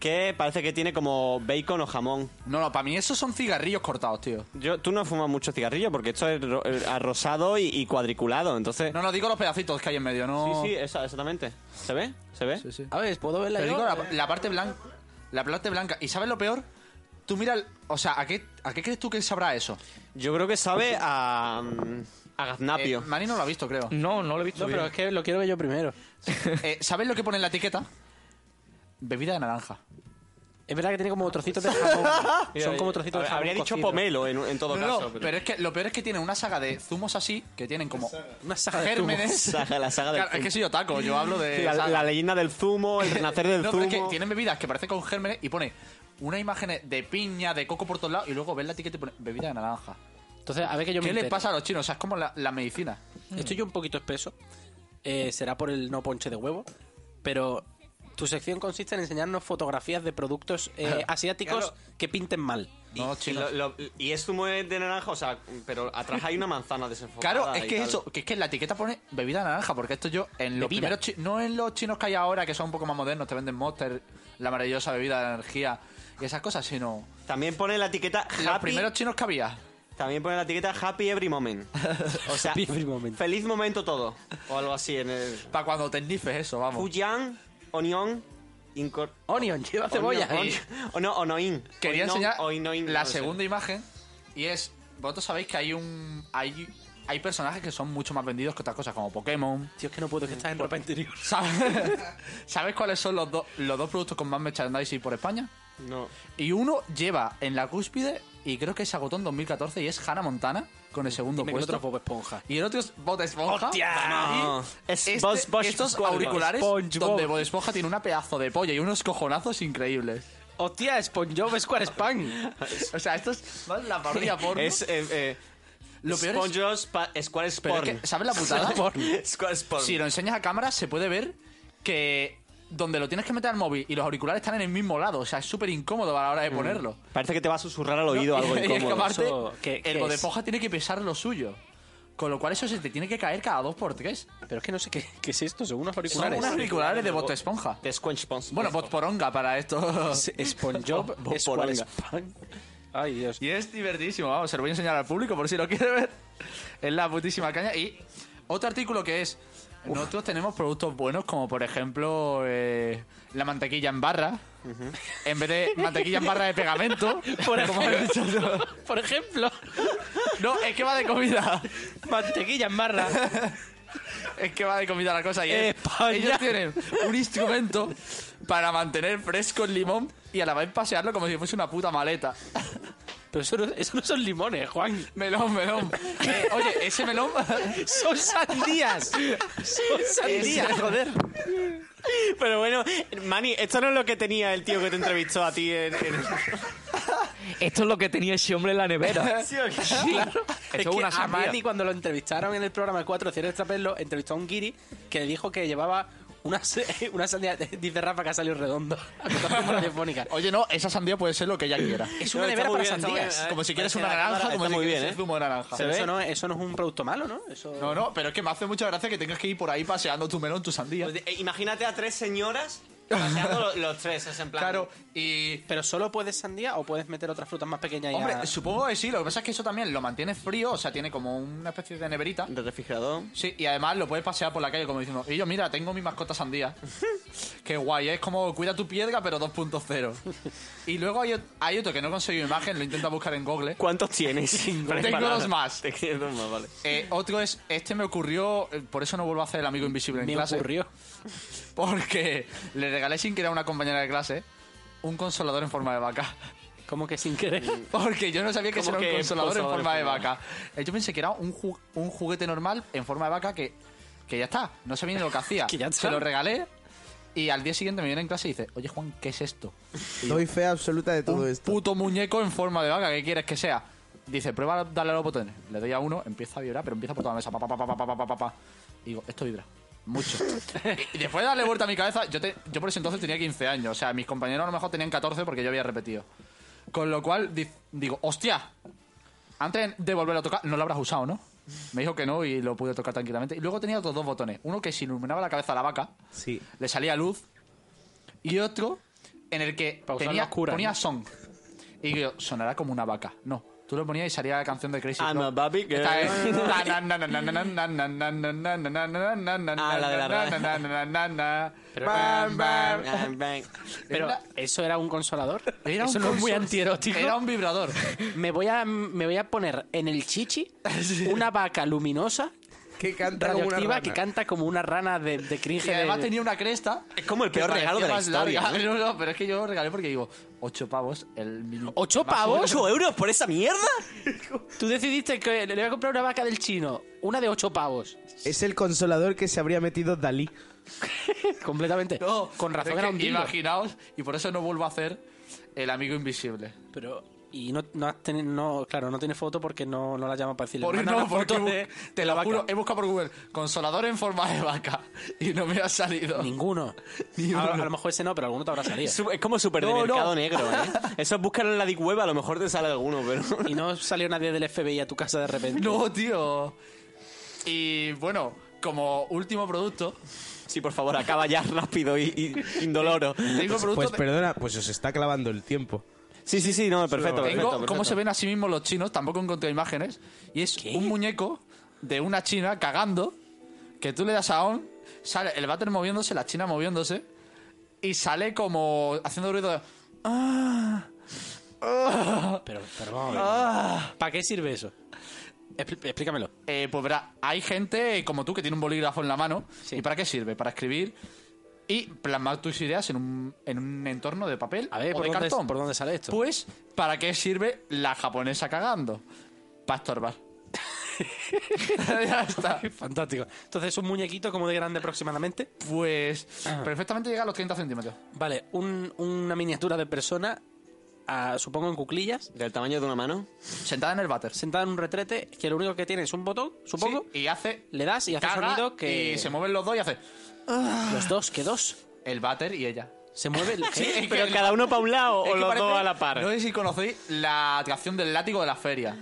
C: que parece que tiene como bacon o jamón.
F: No, no, para mí esos son cigarrillos cortados, tío.
C: Yo, tú no fumas mucho cigarrillo porque esto es ro- eh, arrosado y, y cuadriculado, entonces...
F: No, no, digo los pedacitos que hay en medio, no...
C: Sí, sí, esa- exactamente. ¿Se ve? ¿Se ve? Sí,
D: A ver, ¿puedo verla
F: Pero
D: yo?
F: digo la, la parte blanca. La parte blanca. ¿Y sabes lo peor? Tú mira... el- O sea, ¿a qué, ¿a qué crees tú que sabrá eso?
C: Yo creo que sabe a... mm, a gaznapio.
F: Eh, Mani no lo ha visto, creo.
E: No, no lo he visto.
D: No,
E: bien.
D: pero es que lo quiero ver yo primero.
F: Eh, ¿Sabes lo que pone en la etiqueta? Bebida de naranja.
D: Es verdad que tiene como trocitos de jamón.
C: Mira,
D: Son
F: eh,
D: como trocitos de
C: eh, habría-
D: jamón.
C: Habría dicho
D: cocido.
C: pomelo en, en todo
F: No, no,
C: caso.
F: pero... es que lo peor es que tiene una saga de zumos así, que tienen como
D: Una saga de zumos.
F: gérmenes...
C: Saga- la saga del
F: Claro, es que
C: zumo.
F: soy otaco, yo hablo de...
C: Sí, la,
F: saga.
C: la leyenda del zumo, el renacer del
F: no,
C: zumo.
F: pero es que tienen bebidas que parecen con gérmenes y pone una imagen de piña, de coco por todos lados y luego ves la etiqueta y pone bebida de naranja.
D: Entonces, a ver que yo me
F: ¿Qué les
D: entero.
F: pasa a los chinos? O sea, es como la, la medicina.
D: Estoy yo un poquito espeso. Eh, será por el no ponche de huevo. Pero tu sección consiste en enseñarnos fotografías de productos eh, asiáticos que pinten mal.
F: No,
C: Y,
F: chinos.
C: lo- lo- y es zumo de naranja, o sea, pero atrás hay una manzana desenfocada.
F: Claro, es
C: y
F: que
C: tal.
F: eso, que es que en la etiqueta pone bebida de naranja, porque esto yo en los
D: Bebida.
F: primeros chi- no en los chinos que hay ahora que son un poco más modernos, te venden Monster, la maravillosa bebida de energía y esas cosas, sino
C: También pone la etiqueta
F: los
C: happy.
F: primeros chinos que había.
C: También pone la etiqueta happy every moment. O sea,
D: Happy every moment.
C: feliz momento todo. O algo así en el.
F: Para cuando te nifes eso, vamos.
C: Fujian, Onion, Incor.
D: Onion, lleva cebolla.
C: Onion- O no, Onoin.
F: Quería
C: Oinon-
F: enseñar
C: Oinoin,
F: la
C: no sé.
F: segunda imagen y es, vosotros sabéis que hay un hay hay personajes que son mucho más vendidos que otras cosas como Pokémon.
D: Tío, es que no puedo, que estás en ropa interior.
F: ¿Sabes, ¿Sabes cuáles son los, dos los dos productos con más merchandising por España?
C: No.
F: Y uno lleva en la cúspide, y creo que se agotó en 2014, y es Hannah Montana, con el segundo
D: Me
F: puesto.
D: otro Bob Esponja.
F: Y el otro es Bob Esponja.
C: No.
F: Y
C: Es
F: este-
C: Bosch- Bosch-
F: estos
C: Bosch-
F: auriculares
D: SpongeBob.
F: donde Bob Esponja tiene una pedazo de polla y unos cojonazos increíbles.
D: Hostia, SpongeBob Square Span.
F: O sea, esto es más la parodia porno.
C: Es. Eh, eh,
F: Lo peor es-
C: SpongeBob, pa- Square
F: Pero es
C: Spawn.
F: que, ¿sabes la putada?
C: Square Spawn.
F: si lo enseñas a cámara se puede ver que donde lo tienes que meter al móvil y los auriculares están en el mismo lado. O sea, es súper incómodo a la hora de ponerlo.
C: Parece que te va a susurrar al oído
F: No,
C: Mm.
F: y-
C: algo
F: y es que
C: incómodo.
F: aparte,
C: Eso-
F: el bodepoja tiene que pesar lo suyo. Con lo cual eso se te tiene que caer cada dos por tres.
D: Pero es que no sé qué, qué es esto, son unos
F: Son unos auriculares de bote esponja.
C: De squench Sponge.
F: Bueno, botporonga para esto.
D: Es- SpongeBob, es cual
F: Botporonga.
D: Ay, Dios.
F: Y es divertidísimo, vamos, se lo voy a enseñar al público por si lo quiere ver. Es la putísima caña. Y otro artículo que es... Nosotros tenemos productos buenos como, por ejemplo, eh, la mantequilla en barra. En vez de mantequilla en barra de pegamento.
D: Por
F: como
D: ejemplo.
F: has dicho tú.
D: Por ejemplo,
F: No, es que va de comida.
D: mantequilla en barra.
F: Es que va de comida la cosa. Y es-
D: España.
F: ellos tienen un instrumento para mantener fresco el limón y a la vez pasearlo como si fuese una puta maleta.
D: Pero eso no, eso no son limones, Juan.
F: Melón, melón. Eh, oye, ese melón.
D: Son sandías. Son sandías,
C: Es-
D: joder.
C: Pero bueno, Manny, esto no es lo que tenía el tío que te entrevistó a ti en... en-
E: Esto es lo que tenía ese hombre en la nevera.
C: Sí, oye.
D: Claro.
E: es
D: Es que
E: una
D: a
E: sandía.
D: Manny, cuando lo entrevistaron en el programa 4 Cielos Traperlo, entrevistó a un guiri que le dijo que llevaba una, se- una sandía. Dice Rafa que ha salido redondo. A contación telefónica.
F: Oye, no, esa sandía puede ser lo que ella quiera.
D: Es una
C: No, está
D: nevera
C: muy
D: para
C: bien, está muy
D: sandías.
C: bien.
F: Como si quieres
C: Parece
F: una
C: la
F: naranja,
C: cámara,
F: como
C: está
F: si
C: muy
F: quieres
C: bien,
F: el
C: ¿eh?
F: zumo de naranja.
C: Se ve.
D: Eso no, es- eso no es un producto malo, ¿no? Eso...
F: No, no, pero es que me hace mucha gracia que tengas que ir por ahí paseando tu melón, tu sandía.
C: Pues de- eh, Imagínate a tres señoras paseando lo- los, tres, es en plan...
F: Claro, y...
D: ¿Pero solo puedes sandía o puedes meter otras frutas más pequeñas? y a-
F: Hombre, supongo que sí, lo que pasa es que eso también lo mantiene frío, o sea, tiene como una especie de neverita.
C: De refrigerador.
F: Sí, y además lo puedes pasear por la calle como diciendo, y yo mira, tengo mi mascota sandía. Qué guay, ¿eh? es como cuida tu piedra pero 2.0. Y luego hay, ot- hay otro que no he conseguido imagen, lo intenta buscar en Google.
C: ¿Cuántos tienes?
F: Tengo dos más.
C: Te quedan dos más, vale.
F: Eh, otro es, este me ocurrió, eh, por eso no vuelvo a hacer el amigo invisible en
D: Me
F: clase.
D: ocurrió.
F: Porque le regalé sin querer a una compañera de clase un consolador en forma de vaca.
D: Como que sin querer.
F: Porque yo no sabía que eso
C: ¿Cómo
F: era un
C: que
F: consolador en
C: consolador en
F: forma de
C: forma de
F: vaca. Eh, Yo pensé que era un, ju- un juguete normal en forma de vaca que, que ya está. No sabía ni lo que hacía.
D: Que ya
F: Se
D: está.
F: lo regalé y al día siguiente me viene en clase y dice, oye Juan, ¿qué es esto?
K: Doy fe absoluta de todo
F: un
K: esto.
F: puto muñeco en forma de vaca, ¿qué quieres que sea? Dice, prueba a darle a los botones. Le doy a uno, empieza a vibrar, pero empieza por toda la mesa. Pa, pa, pa, pa, pa, pa, pa, pa, pa. Y digo, esto vibra. Mucho. y después de darle vuelta a mi cabeza, yo, te- yo por ese entonces tenía 15 años. O sea, mis compañeros a lo mejor tenían 14 porque yo había repetido. Con lo cual, di- digo, hostia, antes de volver a tocar, no lo habrás usado, ¿no? Me dijo que no y lo pude tocar tranquilamente. Y luego tenía otros dos botones. Uno que se iluminaba la cabeza a la vaca,
K: Sí.
F: le salía luz. Y otro en el que
D: Para usarlo
F: tenía,
D: a oscuras,
F: ponía
D: ¿no?
F: son. Y yo, sonará como una vaca. No. Tú lo ponías y salía la canción de Crazy.
C: I'm
F: Frog.
C: a Barbie girl.
F: Esta es- Na, na, na, na, na, na, na, na, na, na, na, na, na, na,
C: Ah, la de la
F: na,
C: radio.
F: na, na, na, na. Bam,
C: Bam,
F: bam.
C: bam, bam, bam.
D: Pero,
F: Era-
D: ¿eso era un consolador?
F: Era
D: eso
F: un
D: no es muy
F: console-
D: antierótico.
F: Era un vibrador.
D: me, voy a, me voy a poner en el chichi una vaca luminosa,
K: Que canta como una
D: radioactiva,
K: rana.
D: que canta como una rana de, de
F: Y
D: cringe.
F: además
D: de-
F: tenía una cresta.
C: Es como el
F: que
C: peor regalo de la
F: parecía más
C: historia.
F: larga. No, no, pero es que yo lo regalé porque digo, ocho pavos el mínimo.
D: ¿Ocho
F: Más-
D: pavos?
C: ¿8 euros por esa mierda?
D: Tú decidiste que le voy a comprar una vaca del chino, una de ocho pavos.
K: Es el consolador que se habría metido Dalí.
D: Completamente.
F: No,
D: Con razón
F: es que
D: era un dildo.
F: Imaginaos, y por eso no vuelvo a hacer el amigo invisible.
D: Pero, y no, no, has teni- no, claro, no tiene foto porque no, no la llaman para decirle.
F: Por
D: "Manda
F: no,
D: una
F: porque
D: foto
F: bu-
D: de-
F: te lo juro, he buscado por Google consolador en forma de vaca y no me ha salido.
D: Ninguno.
F: Ninguno.
D: A, a lo mejor ese no, pero alguno te habrá salido.
C: Su- Es como super de
F: No, no.
C: mercado negro, ¿eh? Eso búscalo en la Deep Web, a lo mejor te sale alguno, pero...
D: Y no salió nadie del FBI a tu casa de repente.
F: No, tío. Y bueno, como último producto,
C: Sí, por favor, acaba ya rápido y, y indoloro.
F: tengo producto
K: Pues
F: de-
K: perdona, pues os está clavando el tiempo.
C: Sí, sí, sí, no, perfecto, perfecto,
F: Tengo
C: perfecto.
F: cómo se ven a sí mismos los chinos, tampoco encontré imágenes. Y es un muñeco de una china cagando, que tú le das a on, sale el váter moviéndose, la china moviéndose, y sale como haciendo ruido de... "Ah, ah".
D: Pero, pero vamos a ver. ¿Para qué sirve eso? Expl- explícamelo.
F: Eh, pues verá, hay gente como tú que tiene un bolígrafo en la mano. ¿Y para qué sirve? Para escribir y plasmar tus ideas en un, en un entorno de papel
D: A ver,
F: o
D: ¿por
F: de
D: dónde,
F: cartón.
D: ¿por dónde sale esto?
F: Pues, ¿para qué sirve la japonesa cagando? Para estorbar. ya está.
D: Fantástico. Entonces, un muñequito como de grande aproximadamente.
F: Pues,
C: Ah.
F: perfectamente llega a los 30 centímetros.
D: Vale, un- una miniatura de persona, a- supongo en cuclillas,
C: ¿Del tamaño de una mano?
F: Sentada en el váter. Sí,
D: sentada en un retrete, que lo único que tiene es un botón, supongo.
F: y hace.
D: Le das y hace
F: carga
D: sonido que.
F: Y se mueven los dos y hace.
D: Los dos, que dos.
F: el váter y ella.
D: Se mueve el...
F: Sí, es que
C: pero
F: el-
C: cada uno para un lado
F: es
C: o
F: que
C: los
F: parece-
C: dos a la par.
F: No sé si conocéis la atracción del látigo de la feria.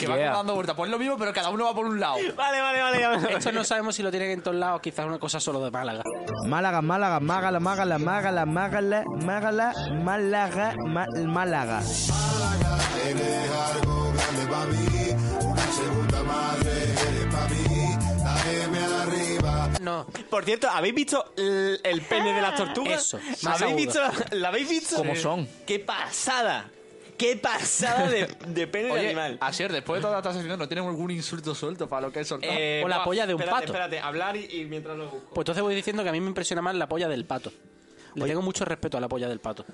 F: Que va
D: Yeah.
F: como dando vueltas. Pues es lo mismo, pero cada uno va por un lado.
C: Vale, vale,
D: Esto no sabemos si lo tienen en todos lados, quizás una cosa solo de Málaga.
K: Málaga, Málaga, Mágala, Mágala, Mágala, Mágala, Mágala, Málaga, Ma- Málaga.
L: Eres algo grande para mí, una segunda madre eres para mí, dame a la arriba.
D: No. pues
C: Por cierto, ¿habéis visto el, el pene de las tortugas?
D: Eso, más
C: ¿Habéis
D: agudo.
C: visto, ¿La habéis visto?
F: ¿Cómo
C: Sí.
F: son?
C: ¡Qué pasada! ¡Qué pasada de, de pene de
F: Oye,
C: animal!
F: Asier, después de toda esta sección, ¿no tienes algún insulto suelto para lo que es soltado?
C: Eh,
D: o la polla de un
C: espérate,
D: pato.
C: Espérate, hablar y, y mientras lo busco.
D: Pues entonces voy diciendo que a mí me impresiona más la polla del pato. Le tengo mucho respeto a la polla del pato.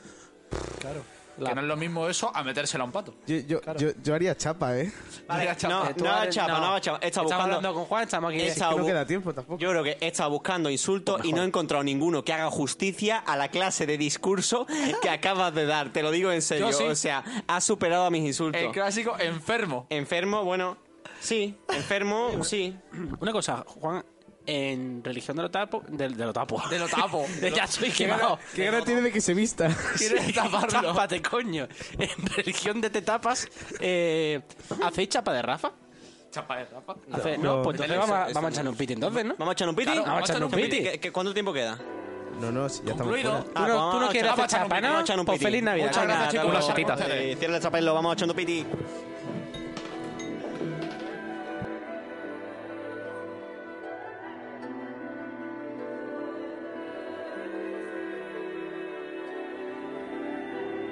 F: Claro. Que no es lo mismo eso a metérsela a un pato.
K: Yo, yo, yo, yo haría chapa, ¿eh?
C: Vale, no,
D: Eh, tú
C: no hagas
D: eres-
C: chapa, no,
D: no.
C: hagas chapa. He estado
D: Estamos
C: buscando-
D: hablando con Juan, estamos aquí.
C: he
D: Es que
C: estado
D: no
C: bu-
D: queda
K: tiempo tampoco.
C: Yo creo que he estado buscando insultos y no he encontrado ninguno que haga justicia a la clase de discurso que acabas de dar. Te lo digo en serio.
F: Yo sí.
C: O sea, has superado a mis insultos.
F: El clásico enfermo.
C: Enfermo, bueno. Sí, enfermo, sí.
D: Una cosa, Juan, en religión de lo tapo. De, de lo tapo.
F: De lo tapo.
D: De ya soy
K: ¿Qué gana,
D: quemado.
K: qué gana tiene de que se vista?
D: Sí, Tápate, coño. En religión de te tapas, eh, ¿hacéis chapa de Rafa?
F: Chapa de Rafa.
D: Hace- no, pues entonces vamos, a- vamos a echarnos un piti entonces, ¿no?
C: ¿Vamos a echar un piti?
D: Claro, vamos a echar un piti.
C: ¿Qué- qué- ¿Cuánto tiempo queda? Ah,
K: No, no, sí, ya estamos fuera.
D: Tú no- tú no
C: Eh,
D: quieres hacer chapa, ¿no? Pues feliz Navidad. Pues Venga, hasta luego.
C: Cierra la chapa y lo vamos echando piti.